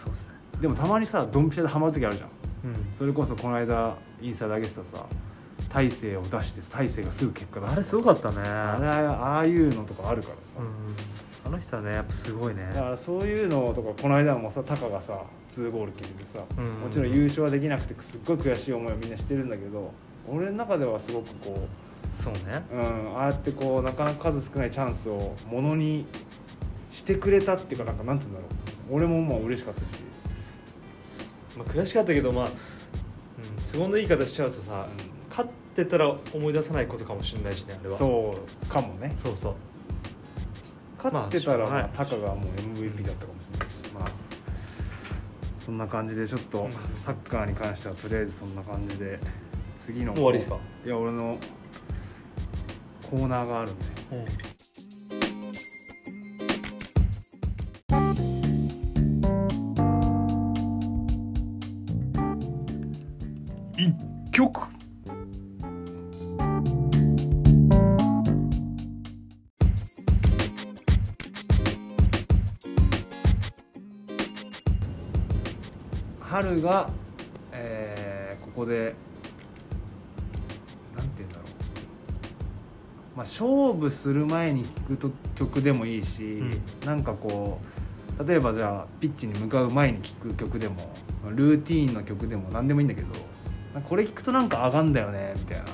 Speaker 3: そうですね
Speaker 1: でもたまにさドンピシャでハマる時あるじゃん
Speaker 3: うん
Speaker 1: それこそこの間インスタで上げてたさ大勢を出して大勢がすぐ結果出す
Speaker 3: あれすごかったね
Speaker 1: あれああいうのとかあるからさ、
Speaker 3: うんあの人はねやっぱすごいね
Speaker 1: だからそういうのとかこの間もさタカがさ2ゴール決めてさ、
Speaker 3: うん
Speaker 1: もちろん優勝はできなくてすっごい悔しい思いをみんなしてるんだけど俺の中ではすごくこ
Speaker 3: そうね
Speaker 1: う、うん、ああやってこうなかなか数少ないチャンスをものにしてくれたっていうかなんかなんつうんだろう俺もまあ嬉しかったし
Speaker 2: まあ、悔しかったけどまあ、うん、都合のいい言い方しちゃうとさ、
Speaker 1: うん
Speaker 2: 勝ってたら思い出さないことかもしれないしねあれは
Speaker 1: そうかもね
Speaker 2: そうそう
Speaker 1: 勝ってたら、
Speaker 3: まあ
Speaker 1: まあ
Speaker 3: しょうが
Speaker 1: タカ
Speaker 3: ない
Speaker 1: がもう MVP だったかもしれないしまあそんな感じでちょっと、
Speaker 2: うん
Speaker 1: サッカーに関してはとりあえずそんな感じで次の
Speaker 2: もう終わりですか
Speaker 1: いや俺のコーナーがあるんで一曲春が、えーここでなんて言うんだろうまあ勝負する前に聴くと曲でもいいし、
Speaker 2: ん
Speaker 1: なんかこう例えばじゃあピッチに向かう前に聴く曲でもルーティーンの曲でも何でもいいんだけどなんかこれ聴くとなんか上がんだよねみたいな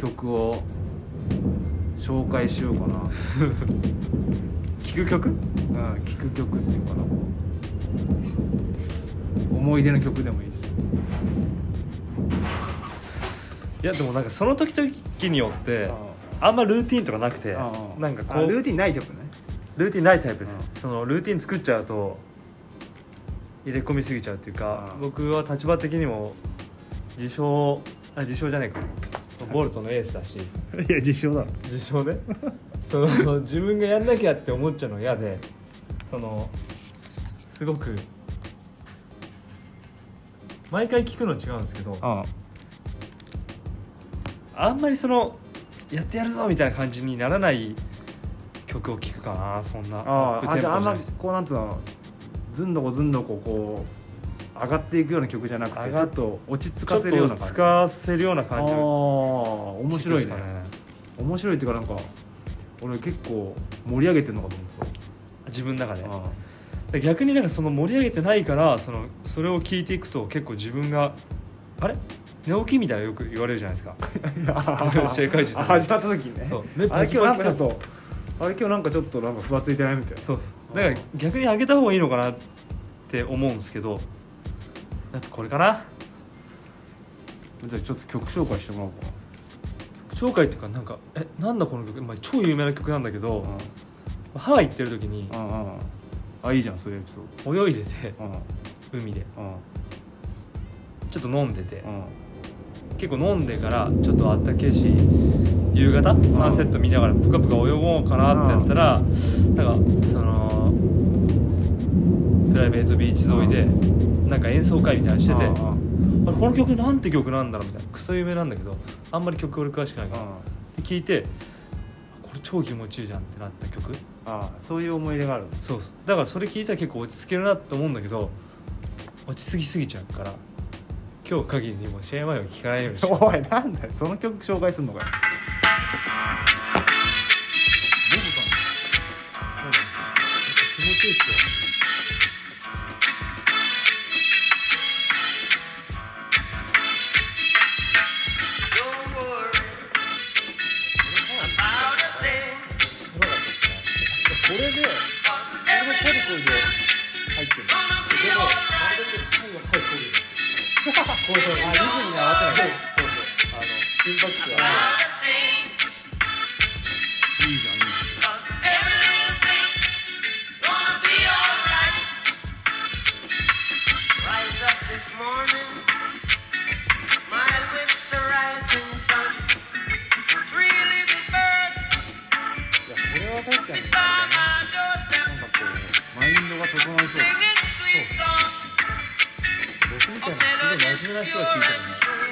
Speaker 1: 曲を紹介しようかな聴く曲うん聴く曲っていうかな思い出の曲でもいいし
Speaker 3: いやでもなんかその時々によってあんまルーティンとかなくて
Speaker 1: うん
Speaker 3: なんか
Speaker 1: あ
Speaker 3: こう
Speaker 1: ルー
Speaker 3: ル
Speaker 1: ティンない曲ね
Speaker 3: ーティンないタイプです
Speaker 1: う
Speaker 3: そのルーティン作っちゃうと入れ込みすぎちゃうっていうか
Speaker 1: うん
Speaker 3: 僕は立場的にも自称あ自称じゃないか
Speaker 2: ボルトのエースだし
Speaker 1: いや実証だろ
Speaker 2: 自称ね (laughs) その自分がやんなきゃって思っちゃうの嫌でそのすごく毎回聞くの違うんですけど
Speaker 1: あ
Speaker 2: あんまりそのやってやるぞみたいな感じにならない曲を聴くかなそんな
Speaker 1: あああじゃああんま
Speaker 2: ない
Speaker 1: こうなんつうのずんどこずんどここう上がっていくような曲じゃなくて
Speaker 2: 上
Speaker 1: ち
Speaker 2: が
Speaker 1: ょ
Speaker 2: っ
Speaker 1: っと落ち着
Speaker 2: ちょ
Speaker 1: か
Speaker 2: っ
Speaker 1: せるような
Speaker 2: と
Speaker 1: 感じ
Speaker 2: 使わせるような感じ
Speaker 1: ああ
Speaker 2: の
Speaker 1: 面白いね
Speaker 2: 曲ですか
Speaker 1: 面白いっていうかなんか俺結構盛り上げてんのかと思って
Speaker 2: 自分の中で
Speaker 1: たあ
Speaker 2: で逆になんかその盛り上げてないからそのそれを聞いていくと結構自分があれ寝起きみたいなよく言われるじゃないですか
Speaker 1: (laughs) あ
Speaker 2: 試合会場
Speaker 1: あ始まった時にね
Speaker 2: そう
Speaker 1: あれ今日なんかちょっとあれ今日なんかちょっとなんかふわついてないみたいな
Speaker 2: そうだから逆に上げた方がいいのかなって思うんですけどやっぱこれかな
Speaker 1: じゃあちょっと曲紹介してもらおうか
Speaker 2: 曲紹介っていうかなんか「えなんだこの曲、まあ、超有名な曲なんだけど、
Speaker 1: な
Speaker 2: ハワイ行ってる時に
Speaker 1: うんうんうんあいいじゃんそういうエピソー
Speaker 2: 泳いでて
Speaker 1: ドうん
Speaker 2: 海で
Speaker 1: うん
Speaker 2: ちょっと飲んでて
Speaker 1: うん
Speaker 2: 結構飲んでからちょっとあったけえし夕方サンセット見ながらプカプカ泳ごうかなってやったらなんかそのプライベートビーチ沿いでなんか演奏会みたいなのしてて
Speaker 1: うん
Speaker 2: あれこの曲なんて曲なんだろうみたいなクソ有名なんだけどあんまり曲俺詳しくないから
Speaker 1: うん
Speaker 2: で聞いてこれ超気持ちいいじゃんってなった曲
Speaker 1: ああそういう思い入れがある
Speaker 2: そうそうだからそれ聞いたら結構落ち着けるなって思うんだけど落ち着きすぎちゃうから今日限りにもう試合前は聞かないようにして
Speaker 1: おいなんだよその曲紹介すんのかよ
Speaker 2: 気持ちいいっすよ
Speaker 3: これでこれでコルコルで入ってるでもあれだけ最後入ってるこうそうあリズムに合わせないそうそうあのインパクトが
Speaker 1: いいじゃんいいじ
Speaker 3: いやこれは確かに
Speaker 1: ゃんなんかこうマインドが整いそう
Speaker 3: 僕みたいなすごい真面目な人が聞いたらね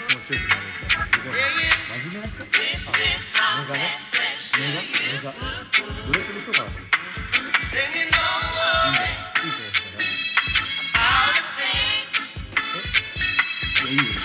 Speaker 3: 気持ちよくなるんですよすごい真面目な人あのメガねメガメガどれくらい人かなと思っていい
Speaker 1: い
Speaker 3: と思うんですよね
Speaker 1: やいいよ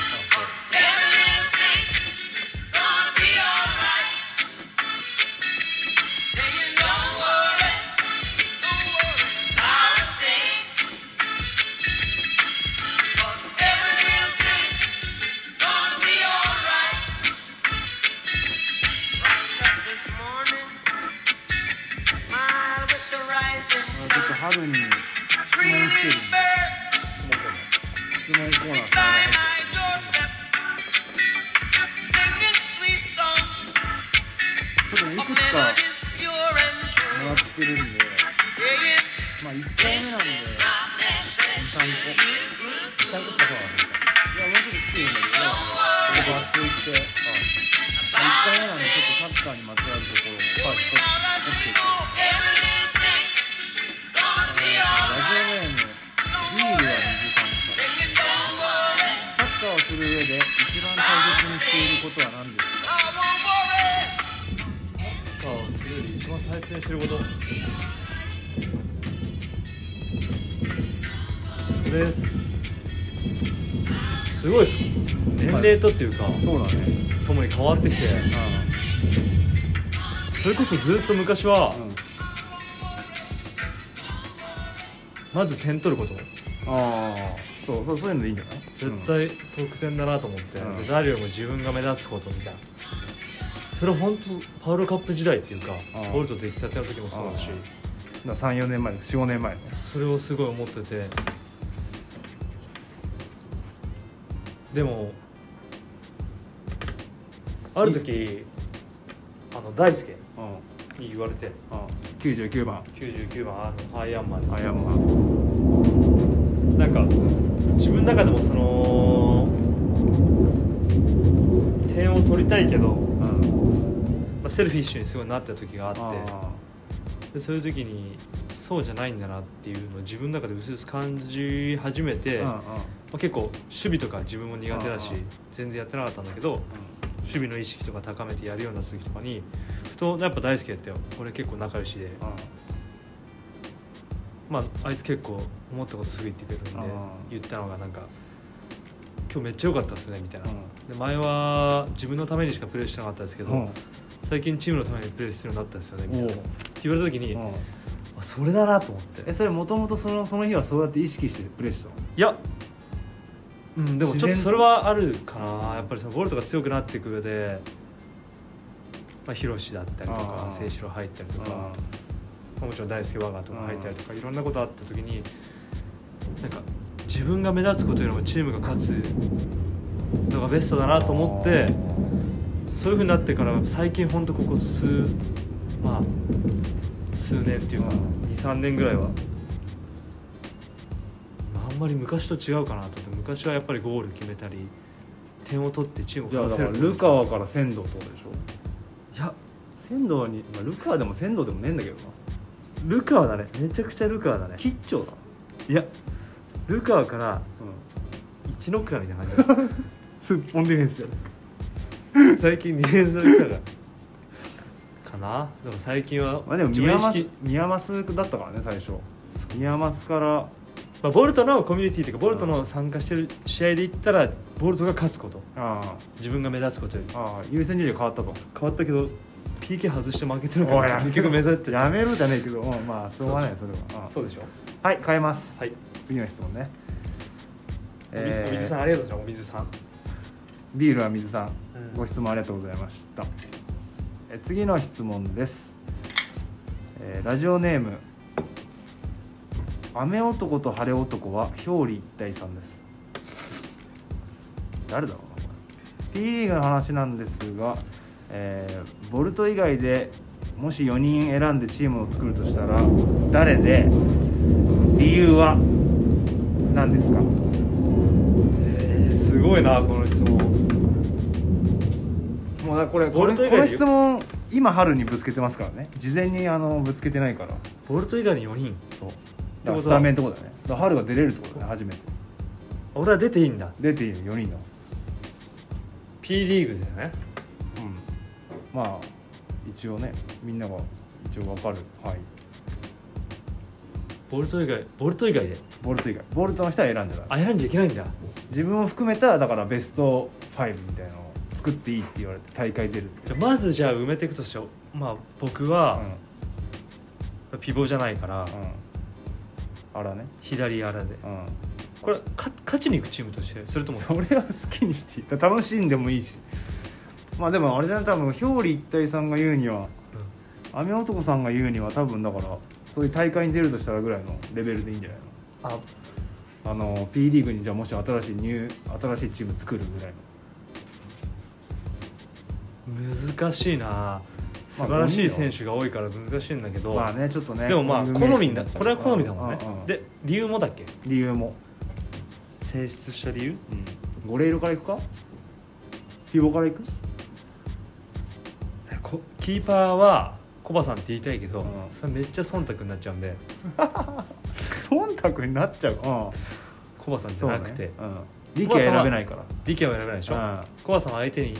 Speaker 1: あちょっと春に質問コーナーさちょっといくつかもらってるんでまあ1回目なんで23個いやもうちょっと強いんだけどちょっと学校行ってあ1回目なんでちょっとサッカーにまつわるところをはいちょっと持っていくラジオネームビールは水さんからサッカーをす
Speaker 3: ちゃんとした方なんですか
Speaker 1: る上で一番大切にしていることは何ですか
Speaker 2: サッカーをするより一番最初にしてることそれすごい年齢とっていうか
Speaker 1: そうだね
Speaker 2: ともに変わってきてそれこそずっと昔は
Speaker 1: うん
Speaker 2: まず点取ること
Speaker 1: ああそうそうそういうのでいいんじゃない
Speaker 2: 絶対得点だなと思って、
Speaker 1: うん
Speaker 2: で誰よりも自分が目立つことみたいなそれ本当パウロカップ時代っていうか
Speaker 1: あー
Speaker 2: ボルト出来たての時もそうだし
Speaker 1: あ34年前45年前ね
Speaker 2: それをすごい思っててでもある時あの大輔
Speaker 1: うんうん
Speaker 2: に言われて
Speaker 1: 99番
Speaker 2: 99番あのハイアンマン
Speaker 1: あ
Speaker 2: で
Speaker 1: やまうん
Speaker 2: なんか自分の中でもその低点を取りたいけど、ま
Speaker 1: うん
Speaker 2: あ、セルフィッシュにすごいなった時があって
Speaker 1: あ
Speaker 2: でそういう時にそうじゃないんだなっていうのを自分の中で薄々感じ始め
Speaker 1: ー
Speaker 2: て、
Speaker 1: うんうん
Speaker 2: まあ、結構守備とか自分も苦手だし
Speaker 1: うんうん
Speaker 2: 全然やってなかったんだけど守備の意識とか高めてやるようになった時とかにふとやっぱ大輔って俺結構仲良しで、まあ、あいつ結構思ったことすぐ言ってくれるんで
Speaker 1: うん
Speaker 2: 言ったのがなんか「今日めっちゃ良かったですね」みたいな、
Speaker 1: うん
Speaker 2: で前は自分のためにしかプレーしてなかったですけど、
Speaker 1: うんうん
Speaker 2: 最近チームのためにプレーするようになったんですよねみたいな
Speaker 1: おう
Speaker 2: って言われた時に、
Speaker 1: うん
Speaker 2: あそれだなと思って
Speaker 1: えそれもともとそのその日はそうやって意識してプレーしたの
Speaker 2: いや、うん、でもち
Speaker 1: 自
Speaker 2: ょっと
Speaker 1: 然
Speaker 2: それはあるかなやっぱりそのボルトが強くなっていく上で、まあ、ヒロシだったりと
Speaker 1: あ
Speaker 2: か
Speaker 1: ー
Speaker 2: 清志郎入ったりとか、
Speaker 1: うん
Speaker 2: まあもちろん大輔我がとか入ったりとかいろんなことあった時になんか自分が目立つことよりもチームが勝つのがベストだなと思ってそういうふうになってから最近ほんとここ数まあ数年っていうか
Speaker 1: うん
Speaker 2: 23年ぐらいはまああんまり昔と違うかなと思って昔はやっぱりゴール決めたり点を取ってチームを
Speaker 1: じゃあだ
Speaker 2: 勝た
Speaker 1: か
Speaker 2: せ
Speaker 1: ら
Speaker 2: る
Speaker 1: ルカワから仙道ってことでしょ
Speaker 2: いや
Speaker 1: 仙道に、まあ、ルカワでも仙道でもねえんだけどな
Speaker 2: ルカワだねめちゃくちゃルカワだね
Speaker 1: 吉兆だ、
Speaker 2: いやルカワから
Speaker 1: うん、
Speaker 2: 一ノ倉みたいな感じ
Speaker 1: スッポンディフェンスじゃない (laughs)
Speaker 2: 最近ディフェンスの人がかなでも最近は
Speaker 1: まあでも
Speaker 2: 自
Speaker 1: 宮
Speaker 2: 分意
Speaker 1: 益
Speaker 2: 識、
Speaker 1: 宮益だったからね最初宮益から
Speaker 2: まあ、ボルトのコミュニティというかボルトの参加してる試合で言ったらボルトが勝つこと
Speaker 1: あ
Speaker 2: 自分が目立つことより
Speaker 1: あああ優先順位が変わった
Speaker 2: (laughs)
Speaker 1: と
Speaker 2: 変わったけど PK 外して負けてるから
Speaker 1: (laughs) おい
Speaker 2: 結局目立って
Speaker 1: やめるじゃねえけど、うん、まあしょうがないそれは、うん
Speaker 2: そうでしょ
Speaker 1: はい変えます、
Speaker 2: はい
Speaker 1: 次の質問ね、
Speaker 2: お水お水さんありがとうございますお水さん
Speaker 1: ビールは水さん、
Speaker 2: うん
Speaker 1: ご質問ありがとうございましたえ次の質問です、えーラジオネーム雨男と晴れ男は表裏一体さんです誰だろうなこれ P リーグの話なんですが、えーボルト以外でもし4人選んでチームを作るとしたら誰で理由は何ですか
Speaker 2: えー、すごいなこの質問
Speaker 1: もうだからこれこ
Speaker 2: ボ
Speaker 1: れ
Speaker 2: ルト以
Speaker 1: こ
Speaker 2: 外
Speaker 1: の
Speaker 2: で
Speaker 1: 質問今春にぶつけてますからね事前にあのぶつけてないから
Speaker 2: ボルト以外に4人そ
Speaker 1: だ
Speaker 2: うっ
Speaker 1: か
Speaker 2: て
Speaker 1: ら
Speaker 2: こ
Speaker 1: ス
Speaker 2: とは
Speaker 1: タメンってことだねだから春が出れるってことだね初めて
Speaker 2: 俺は出ていいんだ
Speaker 1: 出ていいの4人の
Speaker 2: P リーグだよね
Speaker 1: うんまあ一応ねみんなが一応分かるはい
Speaker 2: ボルト以外ボルト以外で
Speaker 1: ボルト以外ボルトの人は選んでない
Speaker 2: あ選んじゃいけないんだ
Speaker 1: 自分を含めただからベスト5みたいなのを作っていいって言われて大会出るって
Speaker 2: じゃあまずじゃあ埋めていくとしてまあ僕はピボじゃないから、
Speaker 1: うんうんあらね
Speaker 2: 左あらで
Speaker 1: うん
Speaker 2: これか勝ちに行くチームとしてそれとも
Speaker 1: それは好きにしていいだから楽しんでもいいしまあでもあれじゃない多分表裏一体さんが言うには雨男さんが言うには多分だからそういう大会に出るとしたらぐらいのレベルでいいんじゃない
Speaker 2: あ
Speaker 1: のあの P リーグにじゃあもし新しいニュー新しいチーム作るぐらいの
Speaker 2: 難しいな素晴らしい選手が多いから難しいんだけど、
Speaker 1: まあねちょっとね
Speaker 2: でもまあ
Speaker 1: 有名
Speaker 2: 好
Speaker 1: 人
Speaker 2: みだこれは好みだもんね、
Speaker 1: うう
Speaker 2: で理由もだっけ
Speaker 1: 理由も、
Speaker 2: 選出した理由
Speaker 1: うん、ゴレイルからいくかピボからいく
Speaker 2: こキーパーはコバさんって言いたいけど、
Speaker 1: うん
Speaker 2: それめっちゃ忖度になっちゃうんで
Speaker 1: 忖度になっちゃうか
Speaker 2: コバさんじゃなくて、
Speaker 1: うん、リキは選べないから
Speaker 2: ディケは選べないでしょ、
Speaker 1: う
Speaker 2: コバさんは相手に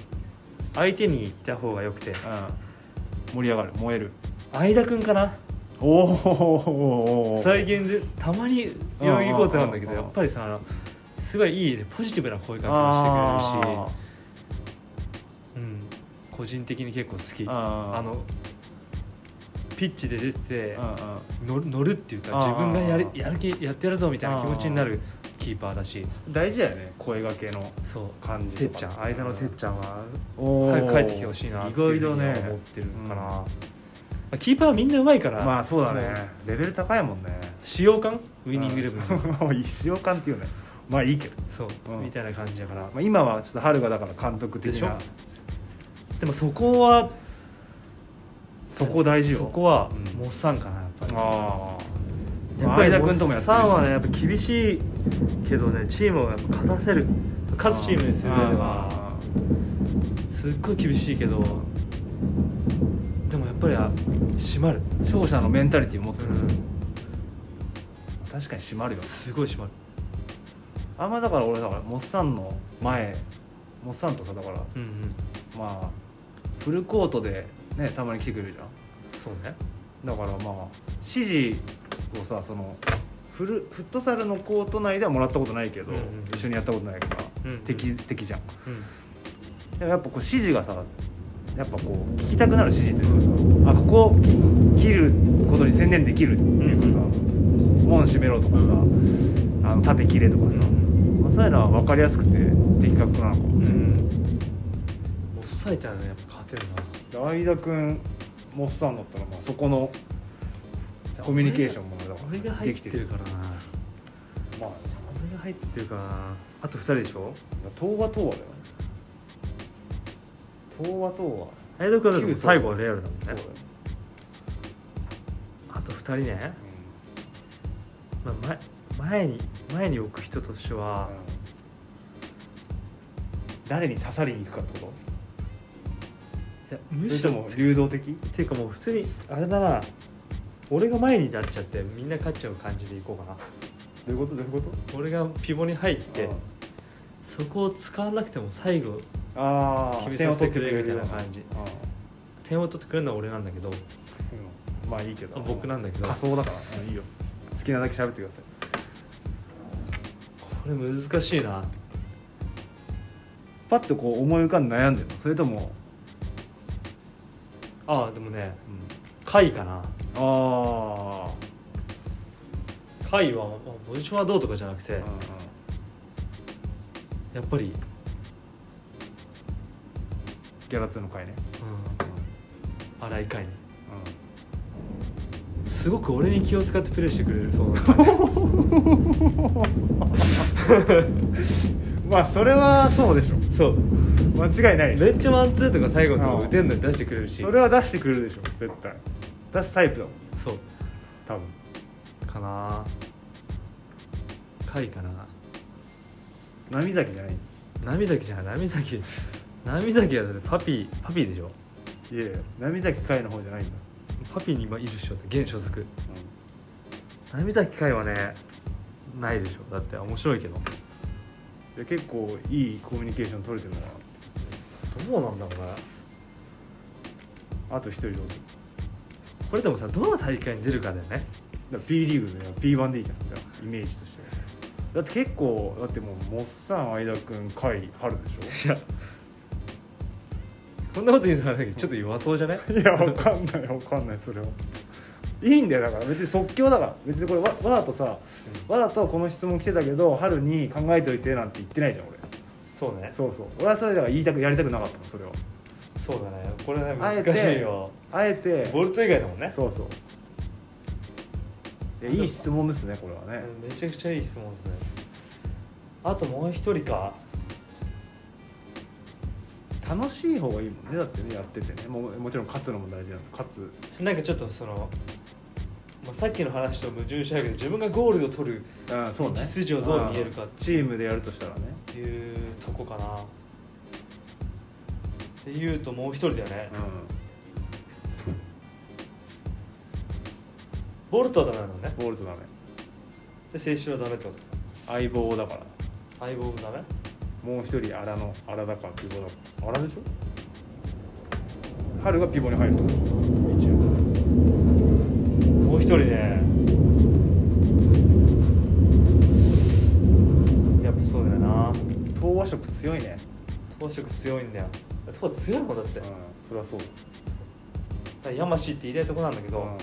Speaker 2: 相手に行った方がよくて
Speaker 1: うん、盛り上がる燃える
Speaker 2: 相田君かな
Speaker 1: おお
Speaker 2: 最近でたまに代々木コートなんだけど
Speaker 1: うんうんうんうん
Speaker 2: やっぱりさあのすごいいいねポジティブな声かけをしてくれる
Speaker 1: あ
Speaker 2: しうん、個人的に結構好き
Speaker 1: ああ
Speaker 2: あのピッチで出てて
Speaker 1: あ
Speaker 2: 乗る乗るっていうか
Speaker 1: ああ
Speaker 2: 自分がやる
Speaker 1: ああ
Speaker 2: やる気やってやるぞみたいな気持ちになるキーパーだし
Speaker 1: 大事だよね声がけの
Speaker 2: そう
Speaker 1: 感じ
Speaker 2: てっちゃん相田のてっちゃんは
Speaker 1: お
Speaker 2: 早く帰ってきてほしいなっていうふうには思ってるかな、まあキーパーはみんなうまいから
Speaker 1: まあそうだね
Speaker 2: も
Speaker 1: レベル高いもんね
Speaker 2: 使用感ウイニングイレブン
Speaker 1: ブン一生感っていうねまあいいけど、
Speaker 2: そう、
Speaker 1: うん
Speaker 2: みたいな感じだから
Speaker 1: まあ、今はちょっと春がだから監督的な
Speaker 2: でしでもそこは
Speaker 1: そこ大事よ
Speaker 2: そこは
Speaker 1: うん
Speaker 2: モッサンかなやっぱり
Speaker 1: ああ
Speaker 2: やっぱり
Speaker 1: 相田君ともやってる
Speaker 2: モ
Speaker 1: し
Speaker 2: ッサンはねやっぱ厳しいけどねチームをやっぱ勝たせる勝つチームにする上では
Speaker 1: あ
Speaker 2: すっごい厳しいけどでもやっぱりあ締まる、
Speaker 1: 勝者のメンタリティを持ってる、
Speaker 2: うん、
Speaker 1: 確かに締まるよ
Speaker 2: すごい締まる
Speaker 1: あんまだから俺だからモッサンの前モッサンとかだから
Speaker 2: うんうん
Speaker 1: まあフルコートでねたまに来てくれるじゃん
Speaker 2: そうね
Speaker 1: だからまあ指示をさそのフルフットサルのコート内ではもらったことないけど、
Speaker 2: うんうんうん
Speaker 1: 一緒にやったことないから、
Speaker 2: うんうん
Speaker 1: 敵敵じゃん
Speaker 2: うん
Speaker 1: でもやっぱこう指示がさやっぱこう聞きたくなる指示っていうかさあここを切切ることに専念できるっていうかさ、門閉めろとかさ、あの縦切れとかさ、まあ、そういうのは分かりやすくて的確なのかも
Speaker 2: う
Speaker 1: ね、
Speaker 2: ん抑えたらねやっぱ勝てるな
Speaker 1: で相田君モッサンだったらまあそこのコミュニケーションもねだから
Speaker 2: 俺が入ってるからな
Speaker 1: まあ
Speaker 2: 俺が入ってるからなあと2人でしょ
Speaker 1: 東和東和だよ東和東和
Speaker 2: 江戸君だって最後はレアルだもん
Speaker 1: そうだ
Speaker 2: ね
Speaker 1: よ、
Speaker 2: あと2人ね、まあ、前前に前に置く人として
Speaker 1: うん
Speaker 2: は
Speaker 1: 誰に刺さりに行くかってこ
Speaker 2: いや
Speaker 1: と
Speaker 2: む
Speaker 1: それ
Speaker 2: し
Speaker 1: と
Speaker 2: ろ
Speaker 1: も流動的
Speaker 2: っていうかもう普通にあれだな俺が前になっちゃってみんな勝っちゃう感じでいこうかな
Speaker 1: どういうことどういうこと
Speaker 2: 俺がピボに入ってそこを使わなくても最後
Speaker 1: ああ
Speaker 2: 決め
Speaker 1: 点を
Speaker 2: させ
Speaker 1: 取っ
Speaker 2: て
Speaker 1: てく
Speaker 2: くれ
Speaker 1: れる
Speaker 2: る
Speaker 1: みたいな
Speaker 2: みたいな感じ
Speaker 1: あ
Speaker 2: 点を取ってくれるのは俺なんだけど
Speaker 1: ーうんまあいいけど
Speaker 2: 僕なんだけど
Speaker 1: 仮想だからうんいいよ好きなだけ喋ってください
Speaker 2: これ難しいな
Speaker 1: パッとこう思い浮かんで悩んでるのそれとも、
Speaker 2: ああでもね貝かな
Speaker 1: ああ
Speaker 2: 貝はまあポジションはどうとかじゃなくてやっぱり、
Speaker 1: ギャラ2の回ね、
Speaker 2: うん、荒い貝ねすごく俺に気を使ってプレーしてくれるそうな (laughs)
Speaker 1: う
Speaker 2: 感
Speaker 1: んまあそれはそうでしょ
Speaker 2: じそう
Speaker 1: 間違いない
Speaker 2: め
Speaker 1: でし
Speaker 2: っちゃマンツーとか最後のとこ打てんのに出してくれるし
Speaker 1: ょそれは出してくれるでしょ絶対出すタイプだもん
Speaker 2: そう
Speaker 1: 多分
Speaker 2: かな貝かな
Speaker 1: 波崎じゃない
Speaker 2: 波崎じゃない波崎波崎はだってパピーパピーでしょ
Speaker 1: いやいや波崎海の方じゃないんだ、
Speaker 2: パピーに今いるっしょ現所属波崎会はねないでしょだって面白いけど
Speaker 1: で結構いいコミュニケーション取れてるのか
Speaker 2: どうなんだろうな
Speaker 1: なあと一人どうする
Speaker 2: これでもさどの大会に出るかだよね
Speaker 1: だから P リーグで P1 でいいじゃんじゃあイメージとしてはだって結構だってもうモッサン相田君甲斐春でし
Speaker 2: いやこんなこと言うのはあれだけどちょっと弱そうじゃない
Speaker 1: ょいやわかんないわかんないそれはいいんだよだから別に即興だから別にこれわわざとさわざとこの質問来てたけど春に考えておいてなんて言ってないじゃん俺
Speaker 2: そうね
Speaker 1: そうそう俺はそれだから言いたくやりたくなかったのそれは
Speaker 2: そうだねこれね
Speaker 1: あ
Speaker 2: 難
Speaker 1: えて
Speaker 2: しいよ
Speaker 1: あえて
Speaker 2: ボルト以外だもんね
Speaker 1: そうそういやいい質問ですねこれはね、
Speaker 2: めちゃくちゃいい質問ですねあともう一人か
Speaker 1: 楽しい方がいいもんねだってねやっててねもうもちろん勝つのも大事なの勝つ
Speaker 2: なんかちょっとその、まあ、さっきの話と矛盾しちゃうけど自分がゴールを取る
Speaker 1: うんそうね
Speaker 2: 道筋をどう見えるか
Speaker 1: うんチームでやるとしたらね
Speaker 2: っていうとこかなっていうともう一人だよね、ボルトはダメなのね
Speaker 1: うんボールとダメ
Speaker 2: で静止はダメってこと
Speaker 1: 相棒だから
Speaker 2: 相棒もダメ
Speaker 1: もう一人荒の荒だからピボだから荒でしょ春がピボに入ると一応
Speaker 2: もう一人ねやっぱそうだよな
Speaker 1: 東和色強いね
Speaker 2: 投手強いんだよだってこれ強いもんだって、
Speaker 1: うん
Speaker 2: だか
Speaker 1: それはそう
Speaker 2: ら山師って言いたいとこなんだけ
Speaker 1: だ、
Speaker 2: ど、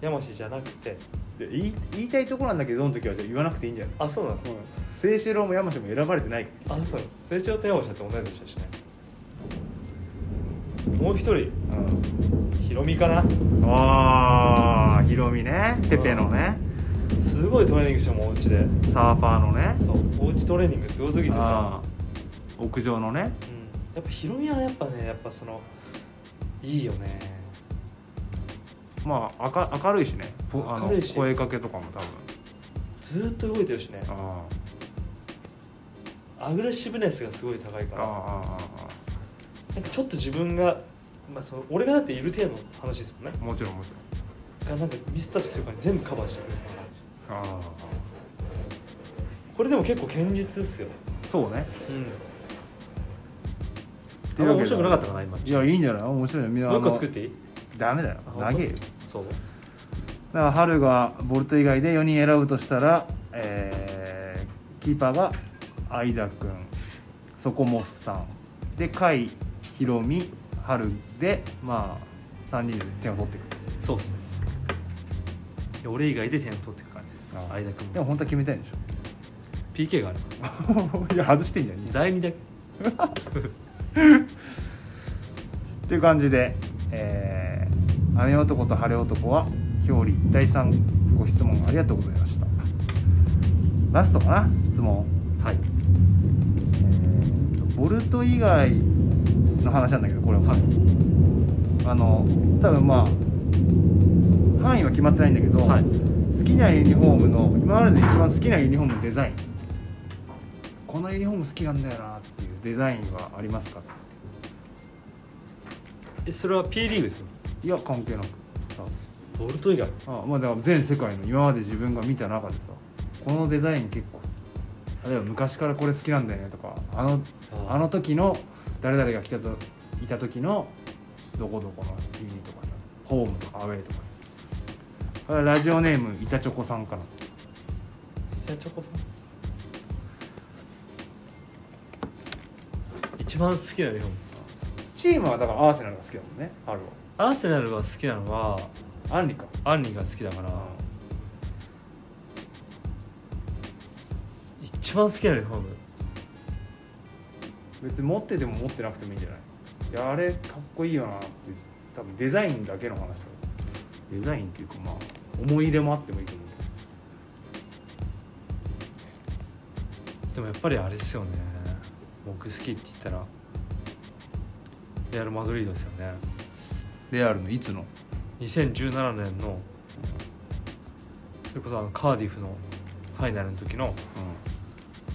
Speaker 2: 山師じゃなくて
Speaker 1: うん、で言い言いたいとこなんだけどの時はじゃあ言わなくていいんじゃない
Speaker 2: あそうなの
Speaker 1: うん清志郎も山下も選ばれてない
Speaker 2: あそう成長と山師だって同い年だしねもう一人
Speaker 1: うん
Speaker 2: ヒロミかな
Speaker 1: ああヒロミね
Speaker 2: ペペの
Speaker 1: ね
Speaker 2: すごいトレーニングしてもんお家で
Speaker 1: サーファーのね
Speaker 2: そうおうちトレーニングすごすぎてさ、
Speaker 1: 屋上のね
Speaker 2: うん、やっぱヒロミはやっぱねやっぱそのいいよね
Speaker 1: まあ明明るいしねぽあの
Speaker 2: 明るいし
Speaker 1: 声かけとかも多分
Speaker 2: ずーっと動いてるしね
Speaker 1: あ
Speaker 2: アグレッシブネスがすごい高い
Speaker 1: あ
Speaker 2: か
Speaker 1: あああああ
Speaker 2: なんかちょっと自分が、まあ、その俺がだっている程度の話ですもんね
Speaker 1: もちろんもち
Speaker 2: がなんかミスった時とかに全部カバーしてくれてたから
Speaker 1: ろんああ
Speaker 2: これでも結構堅実っすよ
Speaker 1: そうね
Speaker 2: うん
Speaker 1: とい
Speaker 2: あん
Speaker 1: う
Speaker 2: ま
Speaker 1: わけで
Speaker 2: 面白くなかったかな今
Speaker 1: いやいいんじゃない面白いよみんな
Speaker 2: もう一
Speaker 1: あ
Speaker 2: 個
Speaker 1: の
Speaker 2: 作っていい
Speaker 1: ダメだよ
Speaker 2: あ本当
Speaker 1: 長えよ
Speaker 2: そう
Speaker 1: だから春がボルト以外で4人選ぶとしたら、えーキーパーが相田君そこもっさんで甲斐ひろみ春でまあ3人で点を取っていく
Speaker 2: そうっすねいや俺以外で点を取っていく感じ
Speaker 1: ああ
Speaker 2: 相田君
Speaker 1: でも
Speaker 2: も
Speaker 1: 本当は決めたいんでし
Speaker 2: PK がある
Speaker 1: ょ (laughs) いや外してんじゃんいい
Speaker 2: 第2だけ
Speaker 1: っていう感じで、えー雨男と晴れ男は表裏一体さんご質問ありがとうございましたラストかな質問
Speaker 2: はい
Speaker 1: えーボルト以外の話なんだけどこれは、あの多分まあ範囲は決まってないんだけど、
Speaker 2: はい
Speaker 1: 好きなユニフォームの今までで一番好きなユニフォームのデザインこのユニフォーム好きなんだよなっていうデザインはありますか
Speaker 2: えそれは P リーグですよ
Speaker 1: いや関係なくさ
Speaker 2: ボルト以外
Speaker 1: あまあだから全世界の今まで自分が見た中でさこのデザイン結構例えば昔からこれ好きなんだよねとかあのあの時の誰々が来たといた時のどこどこの意味とかさホームとかアウェーとかさこれはラジオネーム板チョコさんかな
Speaker 2: じゃあチョコさん一番好きなユニフォーム
Speaker 1: チームはだからアーセナルが好きだもんねある
Speaker 2: アーセナルが好きなのは
Speaker 1: わアンリか
Speaker 2: アンリが好きだから一番好きなユニフォーム
Speaker 1: 別に持ってても持ってなくてもいいんじゃないいやあれかっこいいよなって多分デザインだけの話だよデザインっていうかまあ思い入れもあってもいいと思うけど
Speaker 2: でもやっぱりあれですよね僕好きって言ったらレアル・マドリードですよね
Speaker 1: レアルのいつの
Speaker 2: 2017年のそれこそあのカーディフのファイナルの時の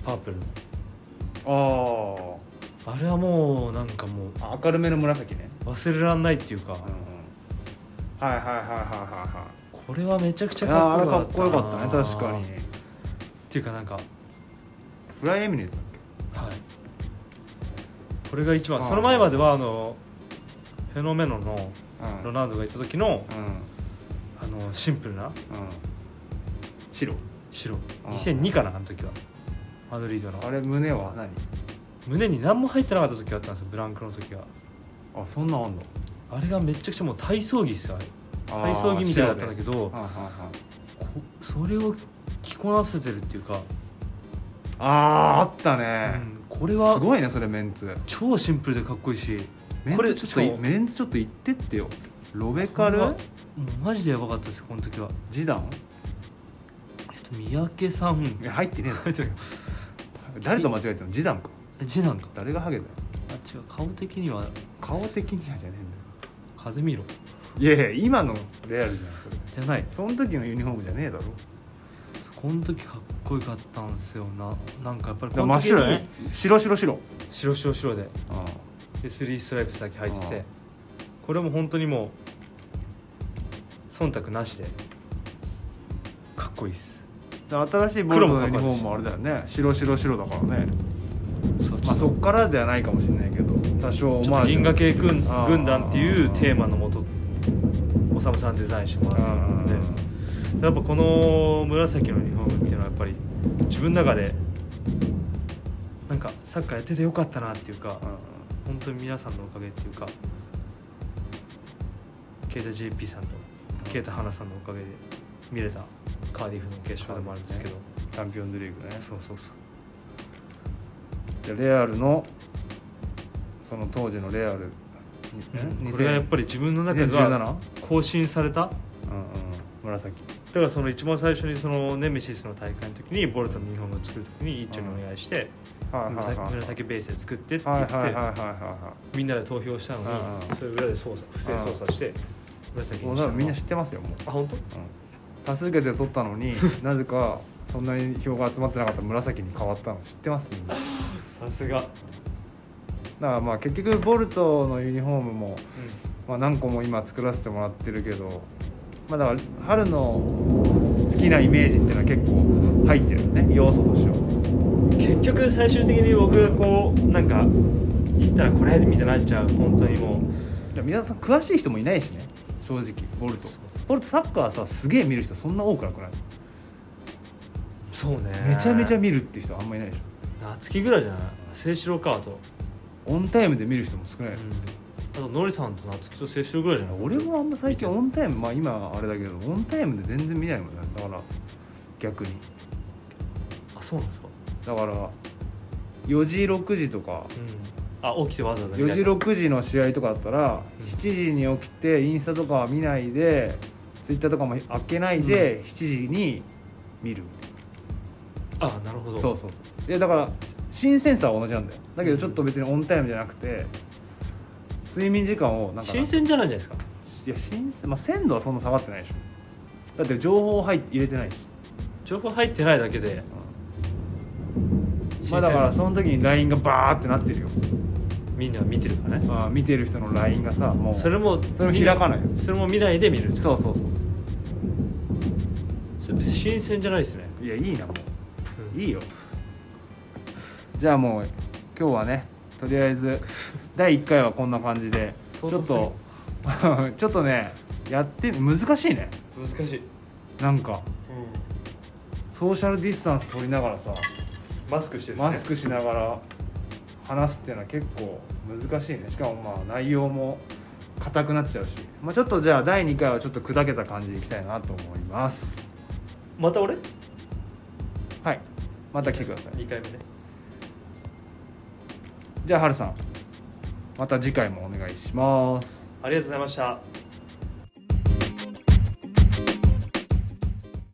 Speaker 2: パープルの
Speaker 1: あ
Speaker 2: あれはもうなんかもう
Speaker 1: あ明るめの紫ね
Speaker 2: 忘れられないっていうか、
Speaker 1: はいはいはいはいはいはい
Speaker 2: これはめちゃくちゃ
Speaker 1: あ
Speaker 2: か
Speaker 1: あれかっ
Speaker 2: っこよかっ
Speaker 1: たこよかったね
Speaker 2: な
Speaker 1: 確かに
Speaker 2: っていうかなんか
Speaker 1: フライエミネーツだっけ
Speaker 2: はいこれが一番
Speaker 1: あー
Speaker 2: その前まではあのフェノメノの
Speaker 1: うん
Speaker 2: ロナウドがいた時の
Speaker 1: うん
Speaker 2: あのシンプルな
Speaker 1: うん白
Speaker 2: 白
Speaker 1: あー
Speaker 2: 2002かなあの時はマドリードの
Speaker 1: あれ胸は何
Speaker 2: 胸に何も入ってなかった時があったんですよブランクの時が
Speaker 1: あそんなんあんの
Speaker 2: あれがめちゃくちゃもう体操着ですよあれ体操着みたいだったんだけ
Speaker 1: ど
Speaker 2: どこそれを着こなせてるっていうか、
Speaker 1: あああった
Speaker 2: う
Speaker 1: ね
Speaker 2: ん、これ
Speaker 1: す
Speaker 2: は
Speaker 1: ごいねそれメンツ
Speaker 2: 超シンプルでかっこいいし
Speaker 1: メ
Speaker 2: これ
Speaker 1: ンツちょっと
Speaker 2: しかも
Speaker 1: メンツちょっと言ってってよロベカ
Speaker 2: これは
Speaker 1: ル
Speaker 2: もうマジでやばかったですよこの時は、
Speaker 1: ジダン
Speaker 2: えっと、三宅さん
Speaker 1: いや入ってね
Speaker 2: 入ってる
Speaker 1: えぞ (laughs) 誰と間違えてんのジダンか
Speaker 2: 次男か
Speaker 1: 誰がハゲだよ
Speaker 2: あ違う顔的には
Speaker 1: 顔的にはじゃね
Speaker 2: 風見ろ
Speaker 1: えんだよいやいや今のレアルじゃんそれ
Speaker 2: じゃない
Speaker 1: その時のユニフォームじゃねえだろ
Speaker 2: この時かっこよかったんですよななんかやっぱり
Speaker 1: だ
Speaker 2: こ
Speaker 1: から真
Speaker 2: の
Speaker 1: っ
Speaker 2: 時
Speaker 1: 白だね白白白
Speaker 2: 白白白
Speaker 1: う
Speaker 2: で
Speaker 1: ん
Speaker 2: で3ストライプスだけ入って
Speaker 1: あ
Speaker 2: て
Speaker 1: あ
Speaker 2: これも本当にもう忖度なしでかっこいいっす
Speaker 1: で新しいボルトのユニフォームもあれだよね白白白だからね、
Speaker 2: そうち
Speaker 1: まあ、
Speaker 2: ょっ
Speaker 1: そ
Speaker 2: と
Speaker 1: っからではないかもしれないけど多少
Speaker 2: ちょっと銀河系軍
Speaker 1: ああ
Speaker 2: 軍団っていうテーマのもとおさむさんデザインしても
Speaker 1: あ
Speaker 2: らってるんでやっぱこの紫のユニフォームっていうのはやっぱり自分の中でなんかサッカーやっててよかったなっていうか本当に皆さんのおかげっていうかケイタ JP さんとケイタ花さんのおかげで見れたカーディフの決勝でもあるんですけど、
Speaker 1: チャンピオンズリーグね
Speaker 2: そうそうそう
Speaker 1: でレアルのその当時のレアル
Speaker 2: うんこれがやっぱり自分の中では
Speaker 1: 2017?
Speaker 2: 更新されただ
Speaker 1: うんうん紫
Speaker 2: からその一番最初にそのネメシスの大会の時にボルトのユニフォームを作る時に一丁にお願いして
Speaker 1: はいはい
Speaker 2: 紫
Speaker 1: はい
Speaker 2: 紫ベースで作ってって
Speaker 1: はい
Speaker 2: 言
Speaker 1: は
Speaker 2: っ
Speaker 1: いはい
Speaker 2: て
Speaker 1: はいは
Speaker 2: みんなで投票したのに
Speaker 1: うんうん
Speaker 2: それ裏で操作不正操作して
Speaker 1: い
Speaker 2: 紫
Speaker 1: もう多
Speaker 2: にしたの
Speaker 1: 分みんな知ってますよもう
Speaker 2: あ本当
Speaker 1: 多数決で取ったの
Speaker 2: (laughs)
Speaker 1: になぜかそんなに票が集まってなかった紫に変わったの知ってますみんな
Speaker 2: さすが
Speaker 1: だからまあ結局ボルトのユニフォームも、
Speaker 2: うん
Speaker 1: まあ、何個も今作らせてもらってるけど、まあ、だから春の好きなイメージっていうのは結構入ってるね要素としては。
Speaker 2: 結局最終的に僕がこうなんか言ったらこれみたいになっちゃう本当にも
Speaker 1: いや皆さん詳しい人もいないしね正直ボルトボルトサッカーさすげえ見る人そんな多くなくないう
Speaker 2: そうね
Speaker 1: めちゃめちゃ見るって人あんまいないでし
Speaker 2: 夏希ぐらいじゃない清志郎かあと、
Speaker 1: ょオンタイムで見る人も少ない、
Speaker 2: うん、あとノリさんと夏希と清志郎ぐらいじゃない
Speaker 1: 俺もあんま最近オンタイムまあ今はあれだけどオンタイムで全然見ないもんねだから逆に
Speaker 2: あそうなんですか
Speaker 1: だから4時6時とか
Speaker 2: うんあ起きてわざわざ
Speaker 1: 4時6時の試合とかだったら
Speaker 2: うん
Speaker 1: 7時に起きてインスタとかは見ないでツイッターとかも開けないで7時に見るみたいな
Speaker 2: あなるほど
Speaker 1: そうそうそういやだから新鮮さは同じなんだよだけどちょっと別にオンタイムじゃなくて睡眠時間をなんか
Speaker 2: 新鮮じゃないんじゃないですか
Speaker 1: いや新鮮、まあ、鮮度はそんな下がってないでしょだって情報入入れてないし、
Speaker 2: 情報入ってないだけで
Speaker 1: まあ、だからその時に LINE がバーってなってるよ、
Speaker 2: みんな見てるからね
Speaker 1: まあ、見てる人の LINE がさもう
Speaker 2: それも
Speaker 1: それも開かないよ
Speaker 2: それも見ないで見る
Speaker 1: そうそうそう
Speaker 2: それ新鮮じゃないですね、
Speaker 1: いやいいなもう
Speaker 2: い
Speaker 1: いいよじゃあもう今日はねとりあえず第1回はこんな感じでちょっとちょっと (laughs) ねやって難しいね
Speaker 2: 難しい、
Speaker 1: なんかソーシャルディスタンス取りながらさ
Speaker 2: マスクしてる、ね、
Speaker 1: マスクしながら話すっていうのは結構難しいねしかもまあ内容も硬くなっちゃうし、まあ、ちょっとじゃあ第2回はちょっと砕けた感じでいきたいなと思います
Speaker 2: また俺
Speaker 1: はいまた来てください
Speaker 2: 2回目ね
Speaker 1: じゃあハルさんまた次回もお願いします
Speaker 2: ありがとうございました